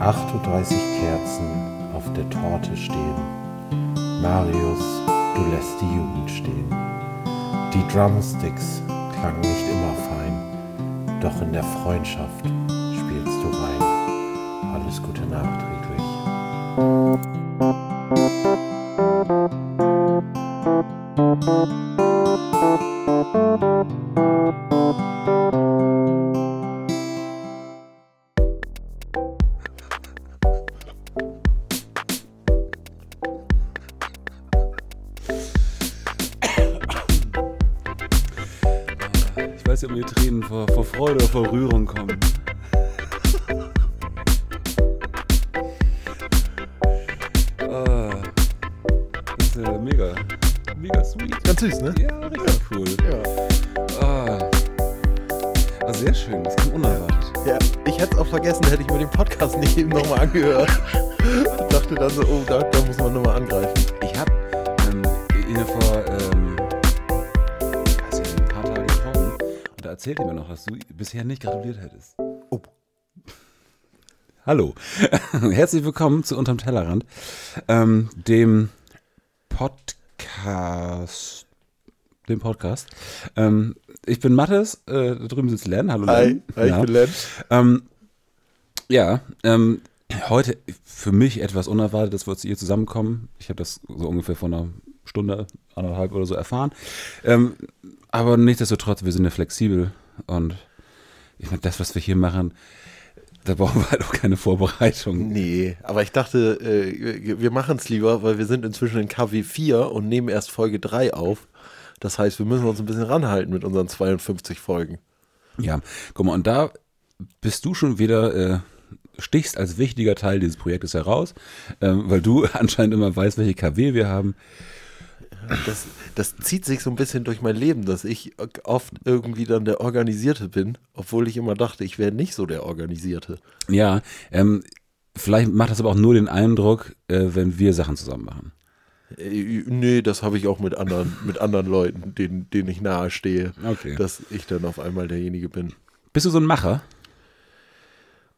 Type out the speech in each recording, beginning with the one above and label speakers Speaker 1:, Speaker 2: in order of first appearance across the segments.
Speaker 1: 38 Kerzen auf der Torte stehen. Marius, du lässt die Jugend stehen. Die Drumsticks klangen nicht immer fein, doch in der Freundschaft spielst du rein. Alles Gute nachträglich.
Speaker 2: Ich weiß nicht, ob mir Tränen vor, vor Freude oder vor Rührung kommen. Ah, das ist ja mega, mega sweet.
Speaker 3: Ganz süß, ne?
Speaker 2: Ja, richtig cool. Ah, ah, sehr schön, das kam unerwartet.
Speaker 3: Ja, ich hätte es auch vergessen, hätte ich mir den Podcast nicht eben nochmal angehört. Dachte dann so, oh, da, da muss man nochmal angreifen.
Speaker 2: Ich hab ähm, ihn ja vor ähm, weiß ich, nicht, ein paar Tagen getroffen und da erzählte mir noch, dass du bisher nicht gratuliert hättest.
Speaker 3: Oh.
Speaker 2: Hallo. Herzlich willkommen zu Unterm Tellerrand, ähm, dem Podcast. Dem Podcast. Ähm, ich bin Mattes, äh, da drüben sitzt Len. Hallo
Speaker 3: Hi,
Speaker 2: Len.
Speaker 3: hi ich
Speaker 2: Ja.
Speaker 3: bin Len.
Speaker 2: Ähm, ja, ähm, heute für mich etwas unerwartet, dass wir jetzt hier zusammenkommen. Ich habe das so ungefähr vor einer Stunde, anderthalb oder so erfahren. Ähm, aber nichtsdestotrotz, wir sind ja flexibel und ich meine, das, was wir hier machen, da brauchen wir halt auch keine Vorbereitung.
Speaker 3: Nee, aber ich dachte, äh, wir machen es lieber, weil wir sind inzwischen in KW 4 und nehmen erst Folge 3 auf. Das heißt, wir müssen uns ein bisschen ranhalten mit unseren 52 Folgen.
Speaker 2: Ja, guck mal, und da bist du schon wieder, äh, stichst als wichtiger Teil dieses Projektes heraus, ähm, weil du anscheinend immer weißt, welche KW wir haben.
Speaker 3: Das, das zieht sich so ein bisschen durch mein Leben, dass ich oft irgendwie dann der Organisierte bin, obwohl ich immer dachte, ich wäre nicht so der Organisierte.
Speaker 2: Ja, ähm, vielleicht macht das aber auch nur den Eindruck, äh, wenn wir Sachen zusammen machen.
Speaker 3: Äh, Nee, das habe ich auch mit anderen, mit anderen Leuten, denen, denen ich nahe stehe,
Speaker 2: Okay.
Speaker 3: dass ich dann auf einmal derjenige bin.
Speaker 2: Bist du so ein Macher?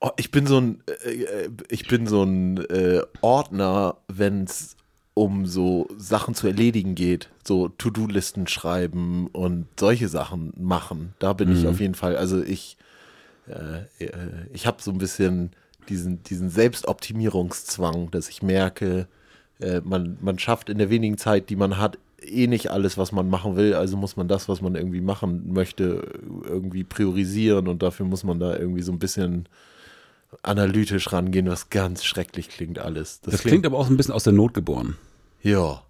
Speaker 3: Oh, ich bin so ein, äh, äh, ich bin so ein äh, Ordner, wenn es um so Sachen zu erledigen geht, so To-Do-Listen schreiben und solche Sachen machen. Da bin ich auf jeden Fall. Also ich, äh, äh, ich habe so ein bisschen diesen, diesen Selbstoptimierungszwang, dass ich merke, äh, man, man schafft in der wenigen Zeit, die man hat, eh nicht alles, was man machen will. Also muss man das, was man irgendwie machen möchte, irgendwie priorisieren und dafür muss man da irgendwie so ein bisschen analytisch rangehen, was ganz schrecklich klingt alles.
Speaker 2: Das klingt aber auch so ein bisschen aus der Not geboren.
Speaker 3: ja.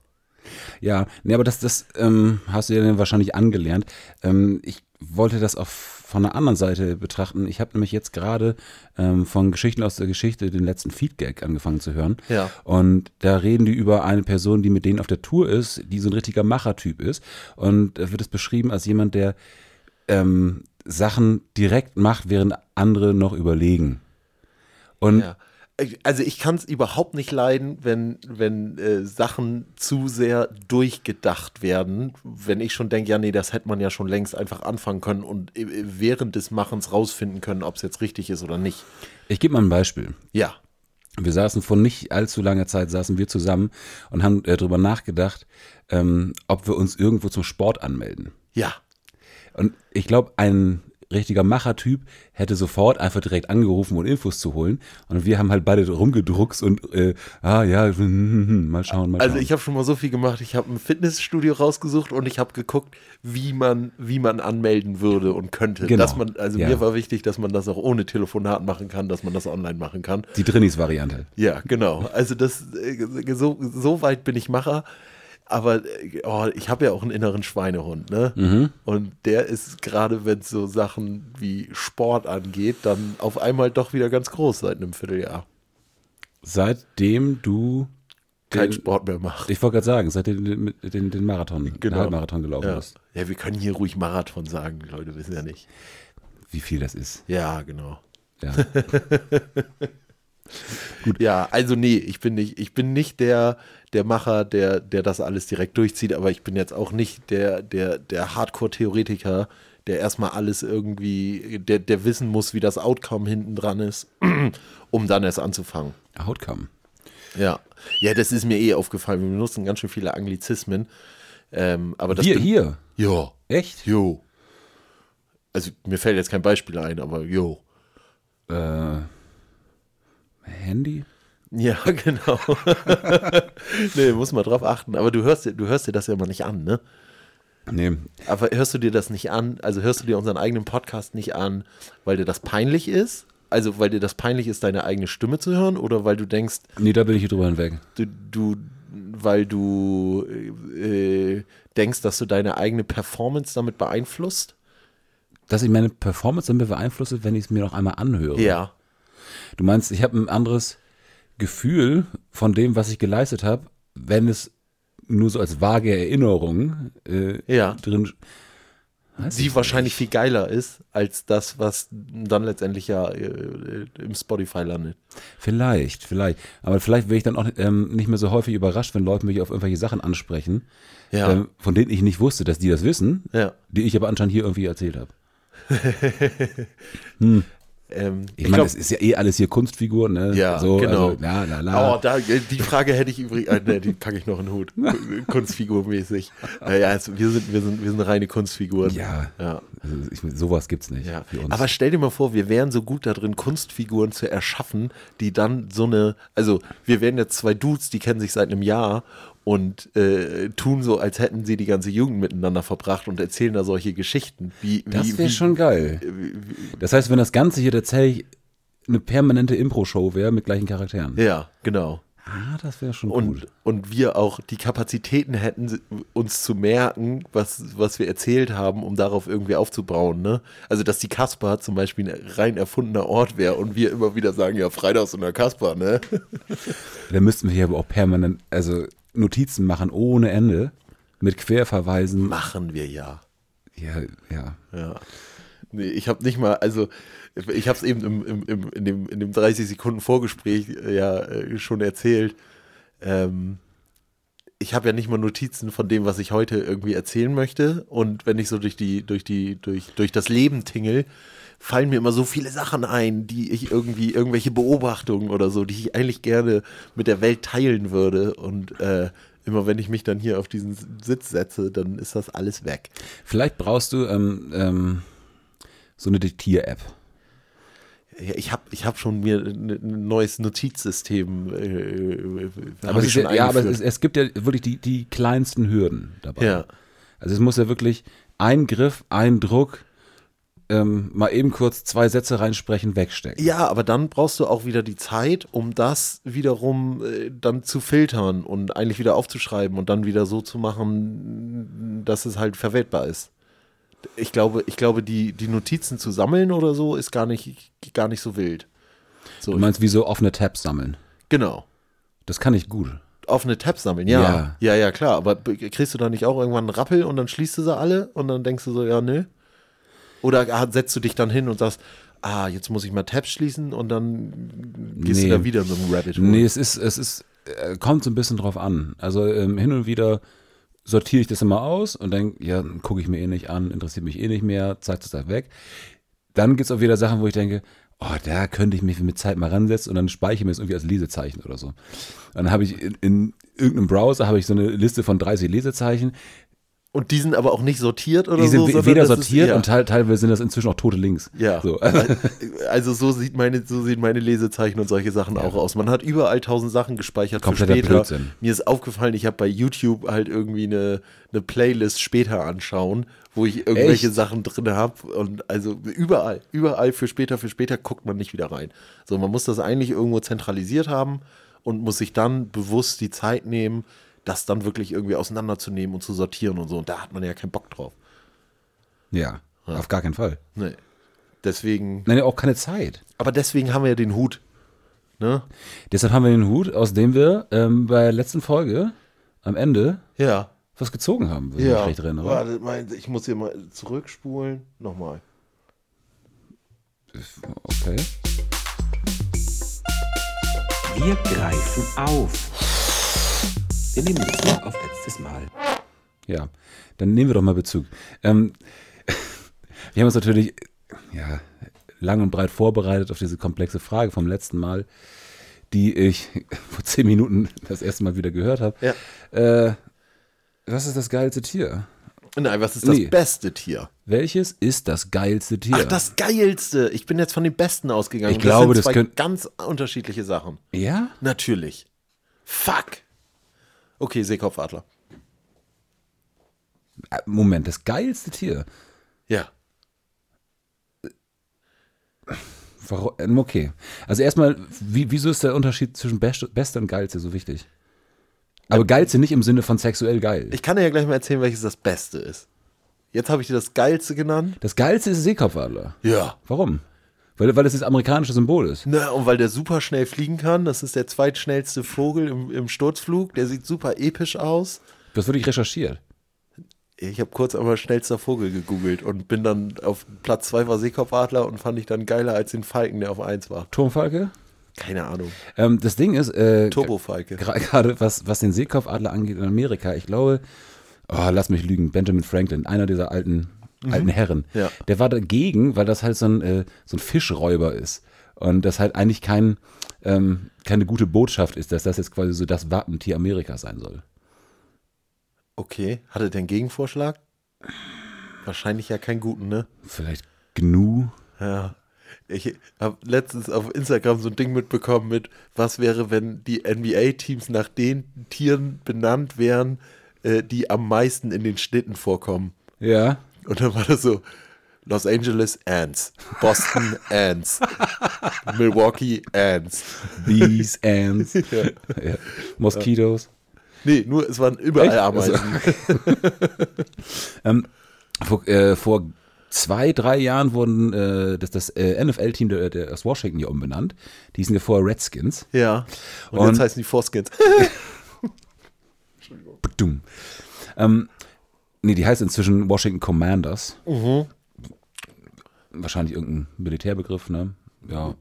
Speaker 2: Ja, nee, aber das, das ähm, hast du dir dann wahrscheinlich angelernt. Ähm, ich wollte das auch von einer anderen Seite betrachten. Ich habe nämlich jetzt gerade ähm, von Geschichten aus der Geschichte den letzten Feedgag angefangen zu hören.
Speaker 3: Ja.
Speaker 2: Und da reden die über eine Person, die mit denen auf der Tour ist, die so ein richtiger Machertyp ist. Und da wird es beschrieben als jemand, der ähm, Sachen direkt macht, während andere noch überlegen. Und
Speaker 3: Ja. Also ich kann es überhaupt nicht leiden, wenn, wenn äh, Sachen zu sehr durchgedacht werden. Wenn ich schon denke, ja, nee, das hätte man ja schon längst einfach anfangen können und äh, während des Machens rausfinden können, ob es jetzt richtig ist oder nicht.
Speaker 2: ich gebe mal ein Beispiel.
Speaker 3: Ja.
Speaker 2: Wir saßen vor nicht allzu langer Zeit, saßen wir zusammen und haben äh, darüber nachgedacht, ähm, ob wir uns irgendwo zum Sport anmelden.
Speaker 3: Ja.
Speaker 2: Und ich glaube, ein richtiger Machertyp hätte sofort einfach direkt angerufen, um Infos zu holen. Und wir haben halt beide rumgedruckst und, äh, ah ja, hm, hm, hm, mal schauen, mal
Speaker 3: Also
Speaker 2: schauen.
Speaker 3: ich habe schon mal so viel gemacht. Ich habe ein Fitnessstudio rausgesucht und ich habe geguckt, wie man, wie man anmelden würde und könnte.
Speaker 2: Genau.
Speaker 3: Dass man, also
Speaker 2: Ja.
Speaker 3: mir war wichtig, dass man das auch ohne Telefonat machen kann, dass man das online machen kann.
Speaker 2: Die halt. Drinnis-Variante.
Speaker 3: Ja, genau. Also das äh, so, so weit bin ich Macher. Aber äh, oh, ich habe ja auch einen inneren Schweinehund, ne?
Speaker 2: Mhm.
Speaker 3: Und der ist gerade, wenn es so Sachen wie Sport angeht, dann auf einmal doch wieder ganz groß seit einem Vierteljahr.
Speaker 2: Seitdem du
Speaker 3: Kein
Speaker 2: den,
Speaker 3: Sport mehr macht.
Speaker 2: Ich wollte gerade sagen, seitdem du den, den, den Marathon, den
Speaker 3: Genau.
Speaker 2: Halbmarathon gelaufen
Speaker 3: Ja.
Speaker 2: bist.
Speaker 3: ja, wir können hier ruhig Marathon sagen, die Leute wissen ja nicht.
Speaker 2: Wie viel das ist.
Speaker 3: Ja, genau.
Speaker 2: Ja.
Speaker 3: Gut. Ja, also nee, ich bin nicht, ich bin nicht der, der Macher, der, der das alles direkt durchzieht, aber ich bin jetzt auch nicht der, der, der Hardcore-Theoretiker, der erstmal alles irgendwie, der, der wissen muss, wie das Outcome hinten dran ist, um dann erst anzufangen.
Speaker 2: Outcome.
Speaker 3: Ja. Ja, das ist mir eh aufgefallen. Wir benutzen ganz schön viele Anglizismen. Ähm, aber das
Speaker 2: Hier,
Speaker 3: bin-
Speaker 2: hier.
Speaker 3: Ja.
Speaker 2: Echt?
Speaker 3: Jo. Also mir fällt jetzt kein Beispiel ein, aber jo.
Speaker 2: Äh, Handy?
Speaker 3: Ja, genau. nee, muss man drauf achten. Aber du hörst, dir- du hörst dir das ja immer nicht an, ne?
Speaker 2: Nee.
Speaker 3: Aber hörst du dir das nicht an? Also hörst du dir unseren eigenen Podcast nicht an, weil dir das peinlich ist? Also weil dir das peinlich ist, deine eigene Stimme zu hören? Oder weil du denkst,
Speaker 2: Nee, da bin ich drüber hinweg.
Speaker 3: du, du weil du äh, äh, denkst, dass du deine eigene Performance damit beeinflusst?
Speaker 2: Dass ich meine Performance dann beeinflusse, wenn ich es mir noch einmal anhöre.
Speaker 3: Ja.
Speaker 2: Du meinst, ich habe ein anderes Gefühl von dem, was ich geleistet habe, wenn es nur so als vage Erinnerung äh,
Speaker 3: Ja.
Speaker 2: drin. Weiß ich
Speaker 3: die wahrscheinlich viel geiler ist als das, was dann letztendlich ja äh, im Spotify landet.
Speaker 2: Vielleicht, vielleicht. Aber vielleicht wäre ich dann auch ähm, nicht mehr so häufig überrascht, wenn Leute mich auf irgendwelche Sachen ansprechen,
Speaker 3: Ja.
Speaker 2: ähm, von denen ich nicht wusste, dass die das wissen,
Speaker 3: Ja.
Speaker 2: die ich aber anscheinend hier irgendwie erzählt habe.
Speaker 3: Ähm,
Speaker 2: Ich, meine, es ist ja eh alles hier Kunstfiguren, ne?
Speaker 3: Ja,
Speaker 2: so,
Speaker 3: genau.
Speaker 2: Also, la, la, la.
Speaker 3: Oh, da, die Frage hätte ich übrigens, äh, ne, die packe ich noch in den Hut, Kunstfigurmäßig. Äh, ja, also wir, sind, wir, sind, wir sind reine Kunstfiguren.
Speaker 2: Ja.
Speaker 3: ja.
Speaker 2: Also, ich, sowas gibt's nicht
Speaker 3: Ja.
Speaker 2: für uns.
Speaker 3: Aber stell dir mal vor, wir wären so gut darin, Kunstfiguren zu erschaffen, die dann so eine, also wir wären jetzt zwei Dudes, die kennen sich seit einem Jahr und äh, tun so, als hätten sie die ganze Jugend miteinander verbracht und erzählen da solche Geschichten. Wie,
Speaker 2: das
Speaker 3: wie, wie,
Speaker 2: wäre schon geil. Das heißt, wenn das Ganze hier tatsächlich eine permanente Impro-Show wäre mit gleichen Charakteren.
Speaker 3: Ja, genau.
Speaker 2: Ah, das wäre schon
Speaker 3: Und,
Speaker 2: gut.
Speaker 3: und wir auch die Kapazitäten hätten, uns zu merken, was, was wir erzählt haben, um darauf irgendwie aufzubauen. Ne? Also, dass die Kasper zum Beispiel ein rein erfundener Ort wäre und wir immer wieder sagen, ja, Freitags in der Kasper, ne?
Speaker 2: Da müssten wir hier aber auch permanent, also Notizen machen ohne Ende mit Querverweisen.
Speaker 3: Machen wir ja.
Speaker 2: Ja, ja.
Speaker 3: Ja. Nee, ich habe nicht mal, also ich habe es eben im, im, im, in, dem, in dem 30 Sekunden Vorgespräch äh, ja äh, schon erzählt. Ähm, ich habe ja nicht mal Notizen von dem, was ich heute irgendwie erzählen möchte. Und wenn ich so durch die, durch die, durch, durch das Leben tingel, fallen mir immer so viele Sachen ein, die ich irgendwie, irgendwelche Beobachtungen oder so, die ich eigentlich gerne mit der Welt teilen würde. Und äh, immer wenn ich mich dann hier auf diesen Sitz setze, dann ist das alles weg.
Speaker 2: Vielleicht brauchst du ähm, ähm, so eine Diktier-App.
Speaker 3: Ja, ich habe ich hab schon mir ein ein neues Notizsystem. Äh, hab
Speaker 2: Aber, es,
Speaker 3: ich
Speaker 2: ist
Speaker 3: schon
Speaker 2: ja, ja, aber es,
Speaker 3: eingeführt.
Speaker 2: ist, es gibt ja wirklich die, die kleinsten Hürden dabei.
Speaker 3: Ja.
Speaker 2: Also es muss ja wirklich ein Griff, ein Druck, ähm, mal eben kurz zwei Sätze reinsprechen, wegstecken.
Speaker 3: ja, aber dann brauchst du auch wieder die Zeit, um das wiederum äh, dann zu filtern und eigentlich wieder aufzuschreiben und dann wieder so zu machen, dass es halt verwertbar ist. Ich glaube, ich glaube die, die Notizen zu sammeln oder so ist gar nicht, gar nicht so wild.
Speaker 2: Du meinst, wie so offene Tabs sammeln.
Speaker 3: Genau.
Speaker 2: Das kann ich gut.
Speaker 3: Offene Tabs sammeln, ja.
Speaker 2: Ja.
Speaker 3: ja. Ja, klar. Aber b- kriegst du da nicht auch irgendwann einen Rappel und dann schließt du sie alle und dann denkst du so, ja, nö. Oder ah, setzt du dich dann hin und sagst, ah, jetzt muss ich mal Tabs schließen und dann gehst
Speaker 2: Nee.
Speaker 3: du da wieder in so einem Rabbit Hole.
Speaker 2: Nee, es ist, es ist, äh, kommt so ein bisschen drauf an. Also ähm, hin und wieder sortiere ich das immer aus und denke, ja, gucke ich mir eh nicht an, interessiert mich eh nicht mehr, zeigt es da weg. Dann gibt es auch wieder Sachen, wo ich denke, oh, da könnte ich mich mit Zeit mal ransetzen und dann speichere ich mir das irgendwie als Lesezeichen oder so. Dann habe ich in, in irgendeinem Browser habe ich so eine Liste von 30 Lesezeichen.
Speaker 3: Und die sind aber auch nicht sortiert oder
Speaker 2: Die sind
Speaker 3: so.
Speaker 2: we-
Speaker 3: sondern
Speaker 2: weder
Speaker 3: das
Speaker 2: sortiert
Speaker 3: ist, ja,
Speaker 2: und teil, teilweise sind das inzwischen auch tote Links.
Speaker 3: ja.
Speaker 2: So.
Speaker 3: Also so sieht meine, so sehen meine Lesezeichen und solche Sachen auch aus. Man hat überall tausend Sachen gespeichert
Speaker 2: Kompletter
Speaker 3: für später.
Speaker 2: Blödsinn.
Speaker 3: Mir ist aufgefallen, ich habe bei YouTube halt irgendwie eine, eine Playlist später anschauen, wo ich irgendwelche
Speaker 2: Echt?
Speaker 3: Sachen drin habe. Und also überall, überall für später, für später guckt man nicht wieder rein. So, man muss das eigentlich irgendwo zentralisiert haben und muss sich dann bewusst die Zeit nehmen, das dann wirklich irgendwie auseinanderzunehmen und zu sortieren und so. Und da hat man ja keinen Bock drauf.
Speaker 2: ja, auf gar keinen Fall.
Speaker 3: Nee. Deswegen,
Speaker 2: Nein, auch keine Zeit.
Speaker 3: aber deswegen haben wir ja den Hut. Ne?
Speaker 2: Deshalb haben wir den Hut, aus dem wir ähm, bei der letzten Folge am Ende
Speaker 3: Ja.
Speaker 2: was gezogen haben. wenn ich mich
Speaker 3: Ja.
Speaker 2: recht erinnere.
Speaker 3: Warte, mein, ich muss hier mal zurückspulen. Nochmal.
Speaker 2: Okay. Wir greifen auf. Wir nehmen Bezug auf letztes Mal. Ja, dann nehmen wir doch mal Bezug. Ähm, wir haben uns natürlich ja, lang und breit vorbereitet auf diese komplexe Frage vom letzten Mal, die ich vor zehn Minuten das erste Mal wieder gehört habe.
Speaker 3: Ja.
Speaker 2: Äh, was ist das geilste Tier?
Speaker 3: Nein, was ist das
Speaker 2: Nee.
Speaker 3: beste Tier?
Speaker 2: Welches ist das geilste Tier?
Speaker 3: Ach, das geilste. Ich bin jetzt von den besten ausgegangen.
Speaker 2: Ich glaube,
Speaker 3: sind
Speaker 2: das
Speaker 3: zwei
Speaker 2: könnt-
Speaker 3: ganz unterschiedliche Sachen.
Speaker 2: Ja?
Speaker 3: Natürlich. Fuck. Okay, Seekopfadler.
Speaker 2: Äh, Moment, das geilste Tier.
Speaker 3: Ja.
Speaker 2: Warum? ähm, Okay. Also erstmal, wie, wieso ist der Unterschied zwischen Best, Beste und Geilste so wichtig? Aber Geilste nicht im Sinne von sexuell geil.
Speaker 3: Ich kann dir ja gleich mal erzählen, welches das Beste ist. Jetzt habe ich dir das Geilste genannt.
Speaker 2: Das Geilste ist Seekopfadler.
Speaker 3: Ja.
Speaker 2: Warum? Weil, weil es das amerikanische Symbol ist.
Speaker 3: Na, Ne, und weil der super schnell fliegen kann. Das ist der zweitschnellste Vogel im, im Sturzflug. Der sieht super episch aus.
Speaker 2: Das wurde ich recherchiert.
Speaker 3: Ich habe kurz einmal schnellster Vogel gegoogelt und bin dann auf Platz 2 war Seekopfadler und fand ich dann geiler als den Falken, der auf 1 war.
Speaker 2: Turmfalke?
Speaker 3: Keine Ahnung.
Speaker 2: Ähm, das Ding ist, äh,
Speaker 3: Turbofalke.
Speaker 2: gra- gerade was, was den Seekopfadler angeht in Amerika, ich glaube, oh, lass mich lügen, Benjamin Franklin, einer dieser alten, alten Herren,
Speaker 3: Ja.
Speaker 2: der war dagegen, weil das halt so ein, äh, so ein Fischräuber ist. Und das halt eigentlich kein, ähm, keine gute Botschaft ist, dass das jetzt quasi so das Wappentier Amerikas sein soll.
Speaker 3: Okay, hatte der einen Gegenvorschlag? Wahrscheinlich ja keinen guten, ne?
Speaker 2: Vielleicht Gnu?
Speaker 3: Ja. Ich habe letztens auf Instagram so ein Ding mitbekommen mit, was wäre, wenn die NBA-Teams nach den Tieren benannt wären, äh, die am meisten in den Schnitten vorkommen.
Speaker 2: Ja.
Speaker 3: Und dann war das so, Los Angeles Ants, Boston Ants, Milwaukee Ants.
Speaker 2: Bees, Ants, ja. Moskitos.
Speaker 3: Nee, nur es waren überall
Speaker 2: Echt?
Speaker 3: Ameisen.
Speaker 2: Ähm, Vor, äh, vor zwei, drei Jahren wurden äh, das, das äh, NFL-Team der, der aus Washington hier umbenannt. Die hießen ja vorher Redskins.
Speaker 3: Ja. Und,
Speaker 2: Und-
Speaker 3: jetzt heißen die Forskins.
Speaker 2: Badum. Ähm, nee, die heißt inzwischen Washington Commanders. Wahrscheinlich irgendein Militärbegriff, ne? Ja,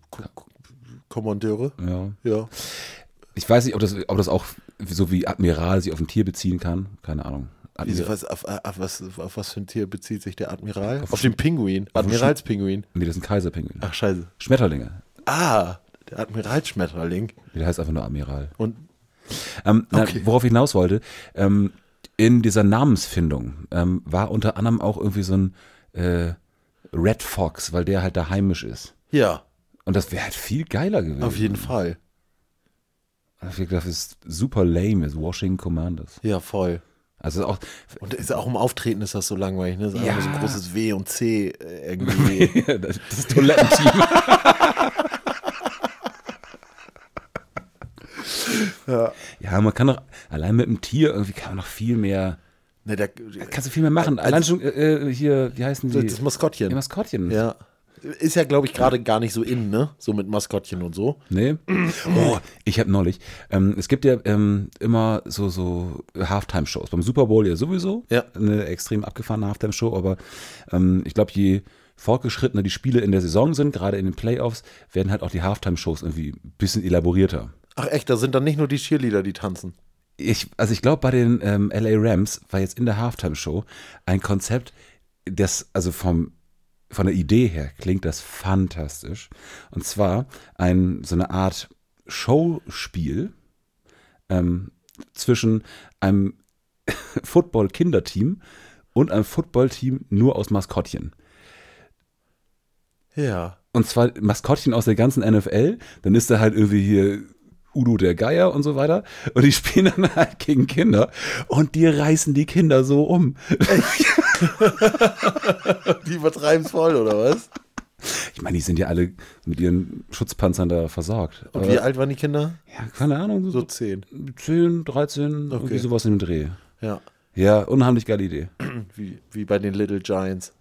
Speaker 3: Kommandeure.
Speaker 2: ja.
Speaker 3: Ja.
Speaker 2: Ich weiß nicht, ob das, ob das auch so wie Admiral sich auf ein Tier beziehen kann. Keine Ahnung.
Speaker 3: Wieso,
Speaker 2: Admiral,
Speaker 3: Also, was, auf, auf, was, auf was für ein Tier bezieht sich der Admiral? Auf, den Pinguin. Admiralspinguin.
Speaker 2: nee, das ist ein Kaiserpinguin.
Speaker 3: Ach, scheiße.
Speaker 2: Schmetterlinge.
Speaker 3: Ah, der Admiralschmetterling.
Speaker 2: Der heißt einfach nur Admiral.
Speaker 3: Und
Speaker 2: Ähm, na,
Speaker 3: Okay.
Speaker 2: Worauf ich hinaus wollte, ähm, in dieser Namensfindung ähm, war unter anderem auch irgendwie so ein äh, Red Fox, weil der halt da heimisch ist.
Speaker 3: ja,
Speaker 2: Und das wäre halt viel geiler gewesen.
Speaker 3: auf jeden Fall.
Speaker 2: Hab Ich gedacht, das ist super lame, ist Washington Commanders.
Speaker 3: Ja, voll.
Speaker 2: Also auch,
Speaker 3: Und ist auch im Auftreten ist das so langweilig, ne? Das ist
Speaker 2: Ja.
Speaker 3: einfach so ein großes W und C äh, irgendwie.
Speaker 2: das, das Toilettenteam. ja, man kann doch, allein mit einem Tier irgendwie kann man noch viel mehr,
Speaker 3: ne, der,
Speaker 2: kannst du viel mehr machen.
Speaker 3: Als-
Speaker 2: Allein schon äh, hier, wie heißen die?
Speaker 3: das Maskottchen.
Speaker 2: Ja, Maskottchen.
Speaker 3: Ja. Ist ja, glaube ich, gerade gar nicht so in, ne? So mit Maskottchen und so.
Speaker 2: Nee. Oh, ich habe neulich. Ähm, es gibt ja ähm, immer so, so Halftime-Shows. Beim Super Bowl ja sowieso.
Speaker 3: Ja.
Speaker 2: Eine extrem abgefahrene Halftime-Show. Aber ähm, ich glaube, je fortgeschrittener die Spiele in der Saison sind, gerade in den Playoffs, werden halt auch die Halftime-Shows irgendwie ein bisschen elaborierter.
Speaker 3: Ach echt, da sind dann nicht nur die Cheerleader, die tanzen.
Speaker 2: Ich, also ich glaube, bei den ähm, LA Rams war jetzt in der Halftime-Show ein Konzept, das, also vom von der Idee her klingt das fantastisch. Und zwar ein, so eine Art Showspiel ähm, zwischen einem Football-Kinderteam und einem Football-Team nur aus Maskottchen.
Speaker 3: Ja.
Speaker 2: Und zwar Maskottchen aus der ganzen NFL. Dann ist da halt irgendwie hier Udo der Geier und so weiter. Und die spielen dann halt gegen Kinder. Und die reißen die Kinder so um.
Speaker 3: Die übertreiben es voll, oder was?
Speaker 2: Ich meine, die sind ja alle mit ihren Schutzpanzern da versorgt.
Speaker 3: Und
Speaker 2: Aber-
Speaker 3: wie alt waren die Kinder?
Speaker 2: Ja, keine Ahnung.
Speaker 3: So zehn.
Speaker 2: 10, 13, irgendwie
Speaker 3: Okay.
Speaker 2: sowas in dem Dreh.
Speaker 3: Ja.
Speaker 2: Ja, unheimlich geile Idee.
Speaker 3: Wie, wie bei den Little Giants.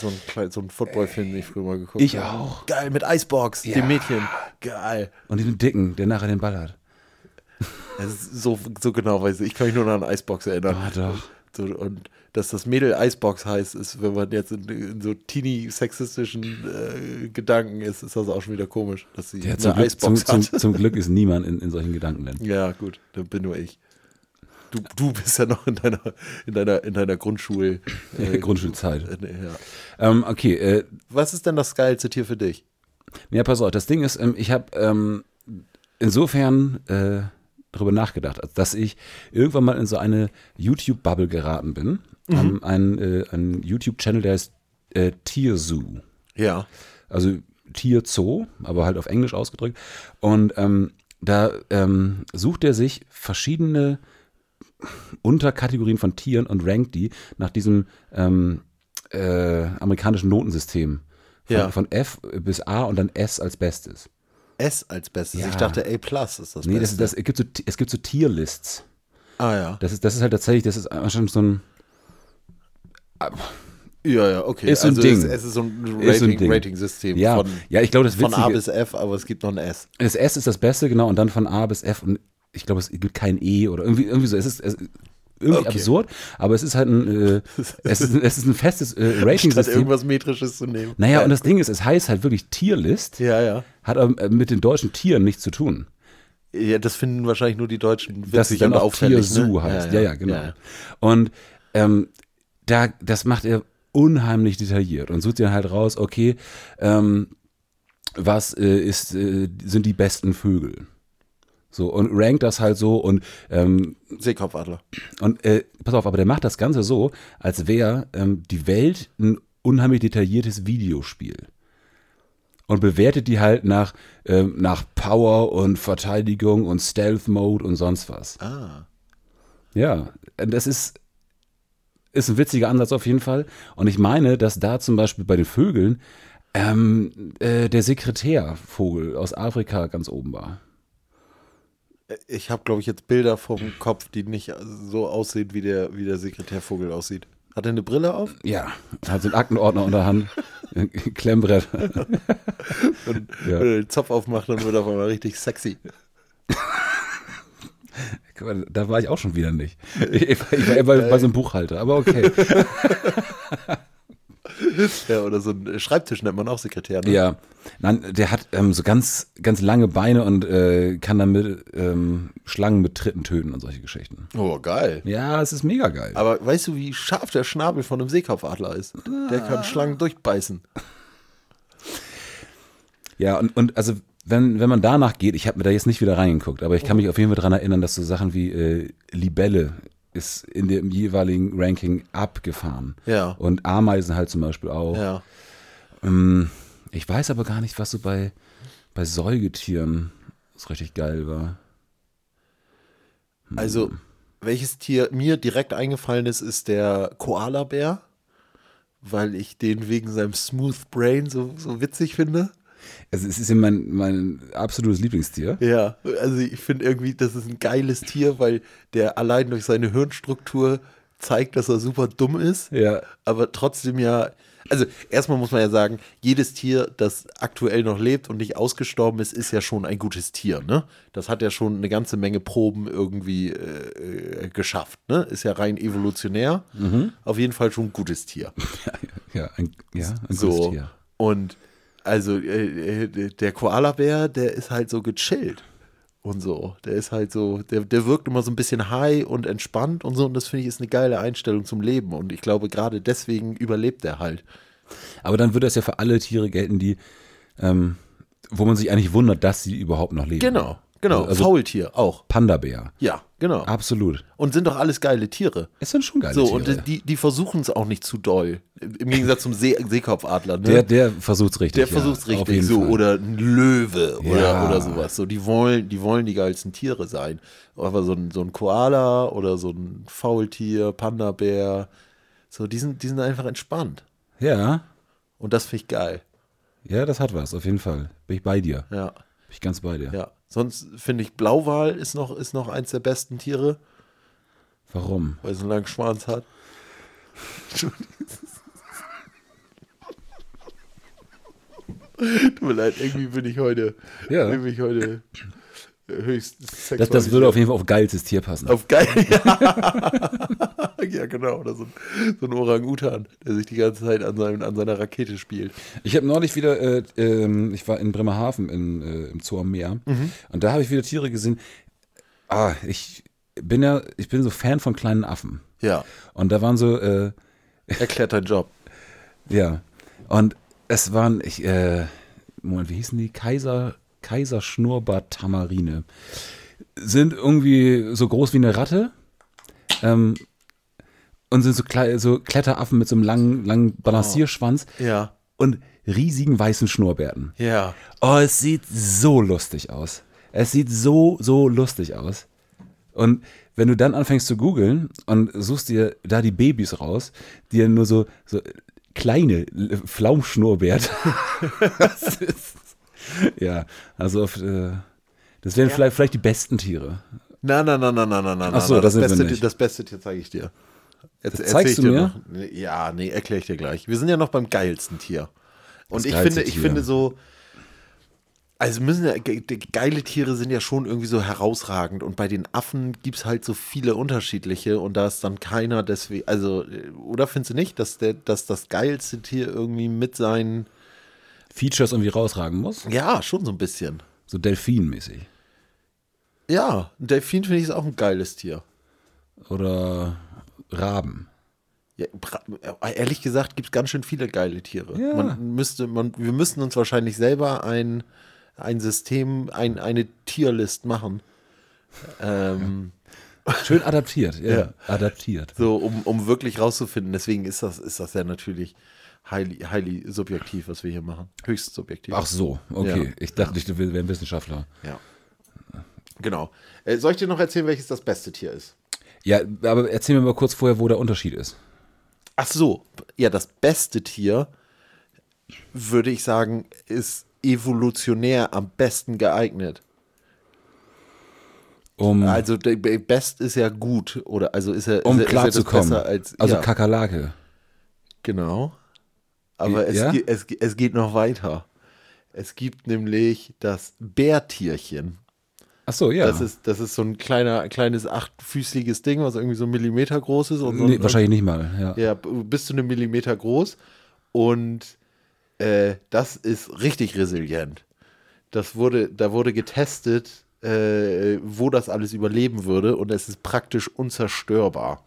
Speaker 3: So ein, klein- so ein Football-Film, den ich früher mal geguckt
Speaker 2: Ich
Speaker 3: habe.
Speaker 2: auch.
Speaker 3: Geil, mit Icebox, dem Mädchen. Geil.
Speaker 2: Und diesen Dicken, der nachher den Ball hat.
Speaker 3: Das ist so, so genau weiß ich. Ich kann mich nur noch an Icebox erinnern.
Speaker 2: Ah, doch.
Speaker 3: So, und dass das Mädel Eisbox heißt, ist, wenn man jetzt in, in so teeny-sexistischen äh, Gedanken ist, ist das auch schon wieder komisch, dass sie
Speaker 2: Ja,
Speaker 3: eine
Speaker 2: zum, Glück, zum,
Speaker 3: Eisbox
Speaker 2: zum,
Speaker 3: hat.
Speaker 2: zum Glück ist niemand in, in solchen Gedankenländern.
Speaker 3: Ja, gut, dann bin nur ich. Du, du bist ja noch in deiner, in deiner, in deiner Grundschul, äh,
Speaker 2: Grundschulzeit.
Speaker 3: äh, ja.
Speaker 2: Ähm, okay, äh,
Speaker 3: Was ist denn das geilste Tier für dich?
Speaker 2: Ja, pass auf, das Ding ist, ähm, ich habe ähm, insofern äh, darüber nachgedacht, als dass ich irgendwann mal in so eine YouTube-Bubble geraten bin. Ähm, ein äh, ein YouTube-Channel, der heißt äh, Tierzoo.
Speaker 3: Ja.
Speaker 2: Also Tierzoo, aber halt auf Englisch ausgedrückt. Und ähm, da ähm, sucht er sich verschiedene Unterkategorien von Tieren und rankt die nach diesem ähm, äh, amerikanischen Notensystem. Von,
Speaker 3: Ja.
Speaker 2: von F bis A und dann S als Bestes.
Speaker 3: S als Bestes.
Speaker 2: Ja.
Speaker 3: Ich dachte, A plus ist das
Speaker 2: Nee, das,
Speaker 3: Beste.
Speaker 2: das, es, gibt so, es gibt so Tierlists.
Speaker 3: ah ja.
Speaker 2: Das ist, das ist halt tatsächlich, das ist anscheinend so ein.
Speaker 3: ja, ja, okay.
Speaker 2: Ist so ein
Speaker 3: also
Speaker 2: Ding.
Speaker 3: Es, es ist so ein
Speaker 2: Ist so ein
Speaker 3: Rating-
Speaker 2: Ding.
Speaker 3: Rating-System
Speaker 2: Ja,
Speaker 3: von,
Speaker 2: ja ich glaube, das
Speaker 3: von A
Speaker 2: Witzige,
Speaker 3: bis F, aber es gibt noch ein S.
Speaker 2: das S ist das Beste, genau, und dann von A bis F und ich glaube, es gibt kein E oder irgendwie, irgendwie so. Es ist es, irgendwie
Speaker 3: Okay.
Speaker 2: absurd, aber es ist halt ein, äh, es, ist, es ist ein festes äh,
Speaker 3: Statt
Speaker 2: Rating-System.
Speaker 3: irgendwas Metrisches zu nehmen.
Speaker 2: Naja,
Speaker 3: ja.
Speaker 2: und das Ding ist, es heißt halt wirklich Tierlist,
Speaker 3: Ja, ja.
Speaker 2: hat aber äh, mit den deutschen Tieren nichts zu tun.
Speaker 3: Ja, das finden wahrscheinlich nur die Deutschen witzig
Speaker 2: das dann
Speaker 3: und
Speaker 2: auch
Speaker 3: auffällig.
Speaker 2: Tier Zoo
Speaker 3: ne?
Speaker 2: heißt. Ja, ja, genau. Und ähm, da, das macht er unheimlich detailliert und sucht dann halt raus, okay, ähm, was äh, ist, äh, sind die besten Vögel? So, und rankt das halt so und, ähm,
Speaker 3: Seekopfadler.
Speaker 2: und äh, pass auf, aber der macht das Ganze so, als wäre ähm, die Welt ein unheimlich detailliertes Videospiel. Und bewertet die halt nach, ähm, nach Power und Verteidigung und Stealth-Mode und sonst was.
Speaker 3: Ah.
Speaker 2: Ja, das ist, ist ein witziger Ansatz auf jeden Fall. Und ich meine, dass da zum Beispiel bei den Vögeln ähm, äh, der Sekretärvogel aus Afrika ganz oben war.
Speaker 3: Ich habe, glaube ich, jetzt Bilder vom Kopf, die nicht so aussehen, wie der, wie der Sekretärvogel aussieht. Hat er eine Brille auf?
Speaker 2: Ja, hat so einen Aktenordner unter Hand, ein Klemmbrett. Ja.
Speaker 3: Wenn er den Zopf aufmacht, dann wird er auf einmal richtig sexy.
Speaker 2: Guck mal, Da war ich auch schon wieder nicht. Ich, ich war eher bei, bei so einem Buchhalter, aber okay.
Speaker 3: Ja, oder so ein Schreibtisch nennt man auch Sekretär. Ne?
Speaker 2: Ja, nein, der hat ähm, so ganz, ganz lange Beine und äh, kann damit ähm, Schlangen mit Tritten töten und solche Geschichten.
Speaker 3: Oh, geil.
Speaker 2: Ja, es ist mega geil.
Speaker 3: Aber weißt du, wie scharf der Schnabel von einem Seekopfadler ist? Der kann Schlangen durchbeißen.
Speaker 2: Ja, und, und also wenn, wenn man danach geht, ich habe mir da jetzt nicht wieder reingeguckt, aber ich
Speaker 3: Mhm.
Speaker 2: kann mich auf jeden Fall daran erinnern, dass so Sachen wie äh, Libelle ist in dem jeweiligen Ranking abgefahren.
Speaker 3: Ja.
Speaker 2: Und Ameisen halt zum Beispiel auch.
Speaker 3: Ja.
Speaker 2: Ähm, ich weiß aber gar nicht, was so bei, bei Säugetieren so richtig geil war.
Speaker 3: Also, welches Tier mir direkt eingefallen ist, ist der Koalabär, weil ich den wegen seinem Smooth Brain so, so witzig finde.
Speaker 2: Also es ist ja mein, mein absolutes Lieblingstier.
Speaker 3: Ja, also ich finde irgendwie, das ist ein geiles Tier, weil der allein durch seine Hirnstruktur zeigt, dass er super dumm ist.
Speaker 2: Ja.
Speaker 3: Aber trotzdem ja, also erstmal muss man ja sagen, jedes Tier, das aktuell noch lebt und nicht ausgestorben ist, ist ja schon ein gutes Tier. Ne? Das hat ja schon eine ganze Menge Proben irgendwie äh, äh, geschafft. Ne? Ist ja rein evolutionär. Auf jeden Fall schon ein gutes Tier.
Speaker 2: Ja, ein, ja, ein gutes
Speaker 3: So.
Speaker 2: Tier.
Speaker 3: Und also äh, äh, der Koalabär, der ist halt so gechillt und so. Der ist halt so, der, der wirkt immer so ein bisschen high und entspannt und so. Und das finde ich ist eine geile Einstellung zum Leben. Und ich glaube, gerade deswegen überlebt er halt.
Speaker 2: Aber dann würde das ja für alle Tiere gelten, die, ähm, wo man sich eigentlich wundert, dass sie überhaupt noch leben.
Speaker 3: Genau, genau.
Speaker 2: Also- also-
Speaker 3: Faultier auch.
Speaker 2: Panda-Bär.
Speaker 3: Ja, genau.
Speaker 2: Absolut.
Speaker 3: Und sind doch alles geile Tiere.
Speaker 2: Es sind schon geile
Speaker 3: So,
Speaker 2: Tiere.
Speaker 3: und die, die versuchen es auch nicht zu doll. Im Gegensatz zum See Seekopfadler. Ne?
Speaker 2: der, der versucht's richtig.
Speaker 3: Der
Speaker 2: ja,
Speaker 3: versucht's
Speaker 2: auf
Speaker 3: richtig
Speaker 2: jeden
Speaker 3: so
Speaker 2: Fall.
Speaker 3: oder ein Löwe
Speaker 2: Ja.
Speaker 3: oder, oder sowas. So, die wollen, die wollen die geilsten Tiere sein. Aber so ein, so ein Koala oder so ein Faultier, Panda-Bär, so, die sind, die sind einfach entspannt.
Speaker 2: Ja,
Speaker 3: Und das finde ich geil.
Speaker 2: ja, das hat was, auf jeden Fall. Bin ich bei dir.
Speaker 3: Ja,
Speaker 2: Bin ich ganz bei dir.
Speaker 3: ja. Sonst finde ich Blauwal ist noch, ist noch eins der besten Tiere,
Speaker 2: Warum?
Speaker 3: weil es einen langen Schwanz hat. Tut mir leid, irgendwie bin ich heute,
Speaker 2: Ja.
Speaker 3: irgendwie bin ich heute äh, höchst
Speaker 2: Das, das würde auf jeden Fall auf geilstes Tier passen.
Speaker 3: Auf geil. Ja. ja, genau. Oder so ein, so ein Orang-Utan, der sich die ganze Zeit an, seinem, an seiner Rakete spielt.
Speaker 2: Ich habe neulich wieder, äh, ähm, ich war in Bremerhaven in, äh, im Zoo am Meer und da habe ich wieder Tiere gesehen. Ah, ich bin ja, ich bin so Fan von kleinen Affen.
Speaker 3: Ja.
Speaker 2: Und da waren so, äh,
Speaker 3: Erklärt deinen Job.
Speaker 2: ja. Und es waren, ich, äh, Moment, wie hießen die? Kaiser, Kaiser Schnurrbart-Tamarine. Sind irgendwie so groß wie eine Ratte. Ähm, und sind so, klei- so Kletteraffen mit so einem langen, langen Balancierschwanz
Speaker 3: Ja.
Speaker 2: und riesigen weißen Schnurrbärten.
Speaker 3: Ja.
Speaker 2: Oh, es sieht so lustig aus. Es sieht so, so lustig aus. Und wenn du dann anfängst zu googeln und suchst dir da die Babys raus, die ja nur so, so kleine L- Flaumschnurrbärte. Das ist- ja, also auf, äh, das wären vielleicht, vielleicht die besten Tiere.
Speaker 3: Na, na, na, na, na, na, na.
Speaker 2: Ach so,
Speaker 3: na.
Speaker 2: da sind wir
Speaker 3: beste,
Speaker 2: nicht.
Speaker 3: Tier- Das beste Tier zeige ich dir. Jetzt,
Speaker 2: Das zeigst
Speaker 3: erzähl ich
Speaker 2: du
Speaker 3: dir
Speaker 2: mir?
Speaker 3: Noch. Nee, Ja, nee, erkläre ich dir gleich. Wir sind ja noch beim geilsten Tier. Und ich
Speaker 2: geilste
Speaker 3: finde, ich
Speaker 2: Tier.
Speaker 3: finde so, also müssen ja, ge- ge- geile Tiere sind ja schon irgendwie so herausragend und bei den Affen gibt es halt so viele unterschiedliche und da ist dann keiner deswegen, also, äh, oder findest du nicht, dass, der, dass das geilste Tier irgendwie mit seinen,
Speaker 2: Features irgendwie rausragen muss.
Speaker 3: ja, schon so ein bisschen.
Speaker 2: So delfinmäßig.
Speaker 3: Ja, ein Delfin finde ich ist auch ein geiles Tier.
Speaker 2: Oder Raben.
Speaker 3: Ja, bra- äh, ehrlich gesagt gibt es ganz schön viele geile Tiere.
Speaker 2: Ja.
Speaker 3: Man müsste, man, wir müssten uns wahrscheinlich selber ein, ein System, ein, eine Tierlist machen. Ähm,
Speaker 2: Schön adaptiert, ja.
Speaker 3: Ja.
Speaker 2: Adaptiert.
Speaker 3: so, um, um wirklich rauszufinden. Deswegen ist das, ist das ja natürlich highly, highly subjektiv, was wir hier machen. Höchst subjektiv.
Speaker 2: Ach so, okay.
Speaker 3: Ja.
Speaker 2: Ich dachte, ich wäre Wissenschaftler.
Speaker 3: Ja. Genau. Äh, soll ich dir noch erzählen, welches das beste Tier ist?
Speaker 2: Ja, aber erzähl mir mal kurz vorher, wo der Unterschied ist.
Speaker 3: Ach so, ja, das beste Tier, würde ich sagen, ist evolutionär am besten geeignet.
Speaker 2: Um,
Speaker 3: Also der be- best ist ja gut oder also ist er
Speaker 2: um
Speaker 3: ist er, ist er das
Speaker 2: klarzukommen.
Speaker 3: besser als
Speaker 2: Also
Speaker 3: ja,
Speaker 2: Kakerlake.
Speaker 3: genau. Aber es,
Speaker 2: Ja?
Speaker 3: ge- es, ge- es geht noch weiter. Es gibt nämlich das Bärtierchen.
Speaker 2: Ach so, ja.
Speaker 3: Das ist das ist so ein kleiner kleines achtfüßiges Ding, was irgendwie so einen Millimeter groß ist und so
Speaker 2: nee,
Speaker 3: ein-
Speaker 2: wahrscheinlich nicht mal. Ja.
Speaker 3: Ja, b- bis zu einem Millimeter groß. Und äh, das ist richtig resilient. Das wurde, da wurde getestet, äh, wo das alles überleben würde. Und es ist praktisch unzerstörbar.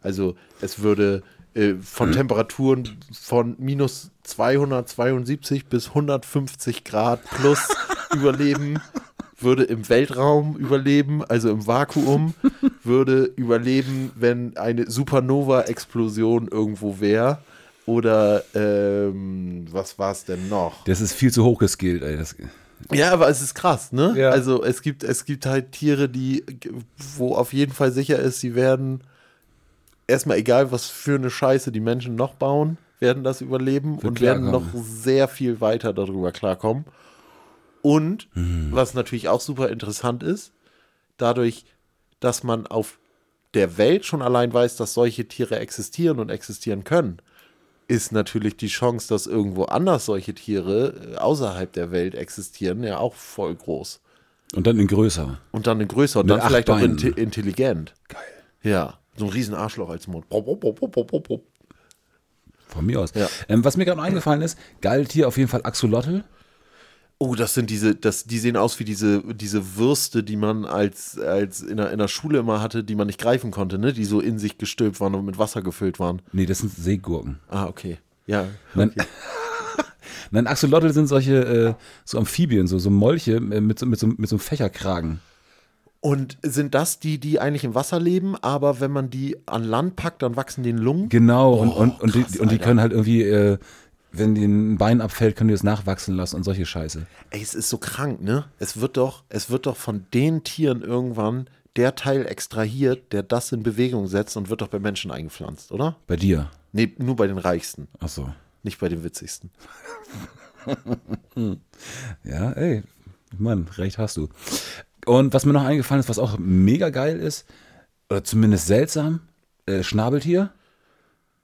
Speaker 3: Also es würde äh, von Temperaturen von minus 272 bis 150 Grad plus überleben, würde im Weltraum überleben, also im Vakuum, würde überleben, wenn eine Supernova-Explosion irgendwo wäre. Oder ähm, was war es denn noch?
Speaker 2: Das ist viel zu hoch geskillt, ey. Das,
Speaker 3: Ja, aber es ist krass, ne?
Speaker 2: Ja.
Speaker 3: Also es gibt, es gibt halt Tiere, die, wo auf jeden Fall sicher ist, sie werden erstmal egal, was für eine Scheiße die Menschen noch bauen, werden das überleben und werden noch
Speaker 2: klarkommen.
Speaker 3: sehr viel weiter darüber klarkommen. Und was natürlich auch super interessant ist, dadurch, dass man auf der Welt schon allein weiß, dass solche Tiere existieren und existieren können, ist natürlich die Chance, dass irgendwo anders solche Tiere äh, außerhalb der Welt existieren, ja auch voll groß.
Speaker 2: und dann in größer.
Speaker 3: Und dann in größer und
Speaker 2: Mit
Speaker 3: dann
Speaker 2: acht
Speaker 3: vielleicht auch
Speaker 2: Beinen.
Speaker 3: inte- intelligent.
Speaker 2: Geil.
Speaker 3: Ja, so ein riesen Arschloch als Mund. Bop, bop, bop, bop, bop, bop.
Speaker 2: Von mir aus.
Speaker 3: Ja.
Speaker 2: Ähm, was mir gerade noch eingefallen ist, geil Tier auf jeden Fall Axolotl.
Speaker 3: Oh, das sind diese, das, die sehen aus wie diese, diese Würste, die man als, als in, der, in der Schule immer hatte, die man nicht greifen konnte, ne? Die so in sich gestülpt waren und mit Wasser gefüllt waren.
Speaker 2: Nee, das sind Seegurken.
Speaker 3: Ah, okay. Ja.
Speaker 2: Nein, Nein Axolotl sind solche äh, so Amphibien, so, so Molche äh, mit, so- mit, so, mit so einem Fächerkragen.
Speaker 3: Und sind das die, die eigentlich im Wasser leben, aber wenn man die an Land packt, dann wachsen denen Lungen?
Speaker 2: Genau, und,
Speaker 3: Oh,
Speaker 2: und, und,
Speaker 3: krass,
Speaker 2: die, und die
Speaker 3: Alter.
Speaker 2: können halt irgendwie, äh, wenn denen ein Bein abfällt, können die es nachwachsen lassen und solche Scheiße.
Speaker 3: Ey, es ist so krank, ne? Es wird doch, es wird doch von den Tieren irgendwann der Teil extrahiert, der das in Bewegung setzt und wird doch bei Menschen eingepflanzt, oder?
Speaker 2: Bei dir.
Speaker 3: Nee, nur bei den Reichsten,
Speaker 2: Ach so.
Speaker 3: nicht bei den Witzigsten.
Speaker 2: Ja, ey, Mann, recht hast du. Und was mir noch eingefallen ist, was auch mega geil ist, oder zumindest seltsam, äh, Schnabeltier.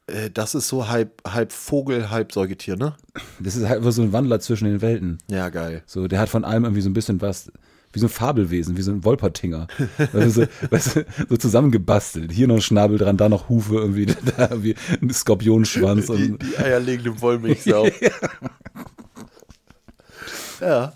Speaker 3: Äh, das ist so halb, halb Vogel, halb Säugetier, ne?
Speaker 2: Das ist halt immer so ein Wandler zwischen den Welten.
Speaker 3: Ja, geil.
Speaker 2: So, der hat von allem irgendwie so ein bisschen was, wie wie so ein Fabelwesen, wie so ein Wolpertinger. Also so, weißt du, so zusammengebastelt. Hier noch ein Schnabel dran, da noch Hufe irgendwie, da irgendwie ein Skorpionschwanz.
Speaker 3: Die,
Speaker 2: Und,
Speaker 3: die eierlegende Wollmilchsau. ja.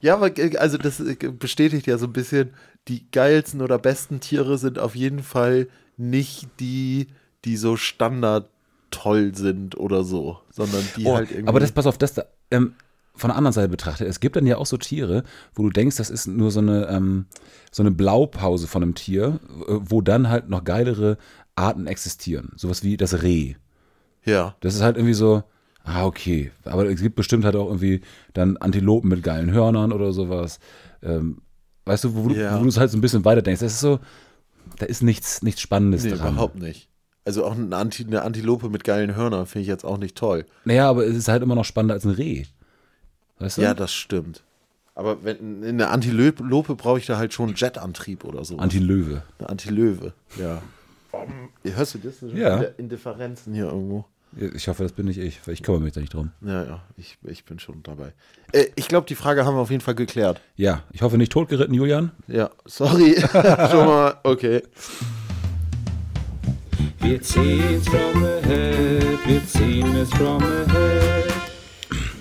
Speaker 3: Ja, aber äh, also das äh, bestätigt ja so ein bisschen, die geilsten oder besten Tiere sind auf jeden Fall nicht die, die so standard toll sind oder so, sondern die
Speaker 2: oh,
Speaker 3: halt irgendwie.
Speaker 2: aber das, pass auf, das da, ähm, von der anderen Seite betrachtet, es gibt dann ja auch so Tiere, wo du denkst, das ist nur so eine, ähm, so eine Blaupause von einem Tier, äh, wo dann halt noch geilere Arten existieren. Sowas wie das Reh.
Speaker 3: ja.
Speaker 2: Das ist halt irgendwie so, ah, okay. Aber es gibt bestimmt halt auch irgendwie dann Antilopen mit geilen Hörnern oder sowas. Ähm, weißt du, wo, du-
Speaker 3: Ja.
Speaker 2: wo du es halt so ein bisschen weiter denkst. Das ist so, da ist nichts, nichts Spannendes
Speaker 3: Nee,
Speaker 2: dran.
Speaker 3: überhaupt nicht. Also auch ein Anti, eine Antilope mit geilen Hörnern finde ich jetzt auch nicht toll.
Speaker 2: Naja, aber es ist halt immer noch spannender als ein Reh. Weißt du?
Speaker 3: Ja, das stimmt. Aber wenn, in der Antilope brauche ich da halt schon einen Jetantrieb oder so.
Speaker 2: Antilöwe.
Speaker 3: Eine Antilöwe. Ja. Hörst du das? Schon
Speaker 2: Ja.
Speaker 3: wieder Indifferenzen hier irgendwo.
Speaker 2: Ich hoffe, das bin nicht ich, weil ich kümmere mich da nicht drum.
Speaker 3: Ja, ja, ich, ich bin schon dabei. Äh, ich glaube, die Frage haben wir auf jeden Fall geklärt.
Speaker 2: Ja, ich hoffe nicht totgeritten, Julian.
Speaker 3: Ja, sorry. schon mal, okay.
Speaker 4: Wir ziehen's from the head, wir ziehen es from the head.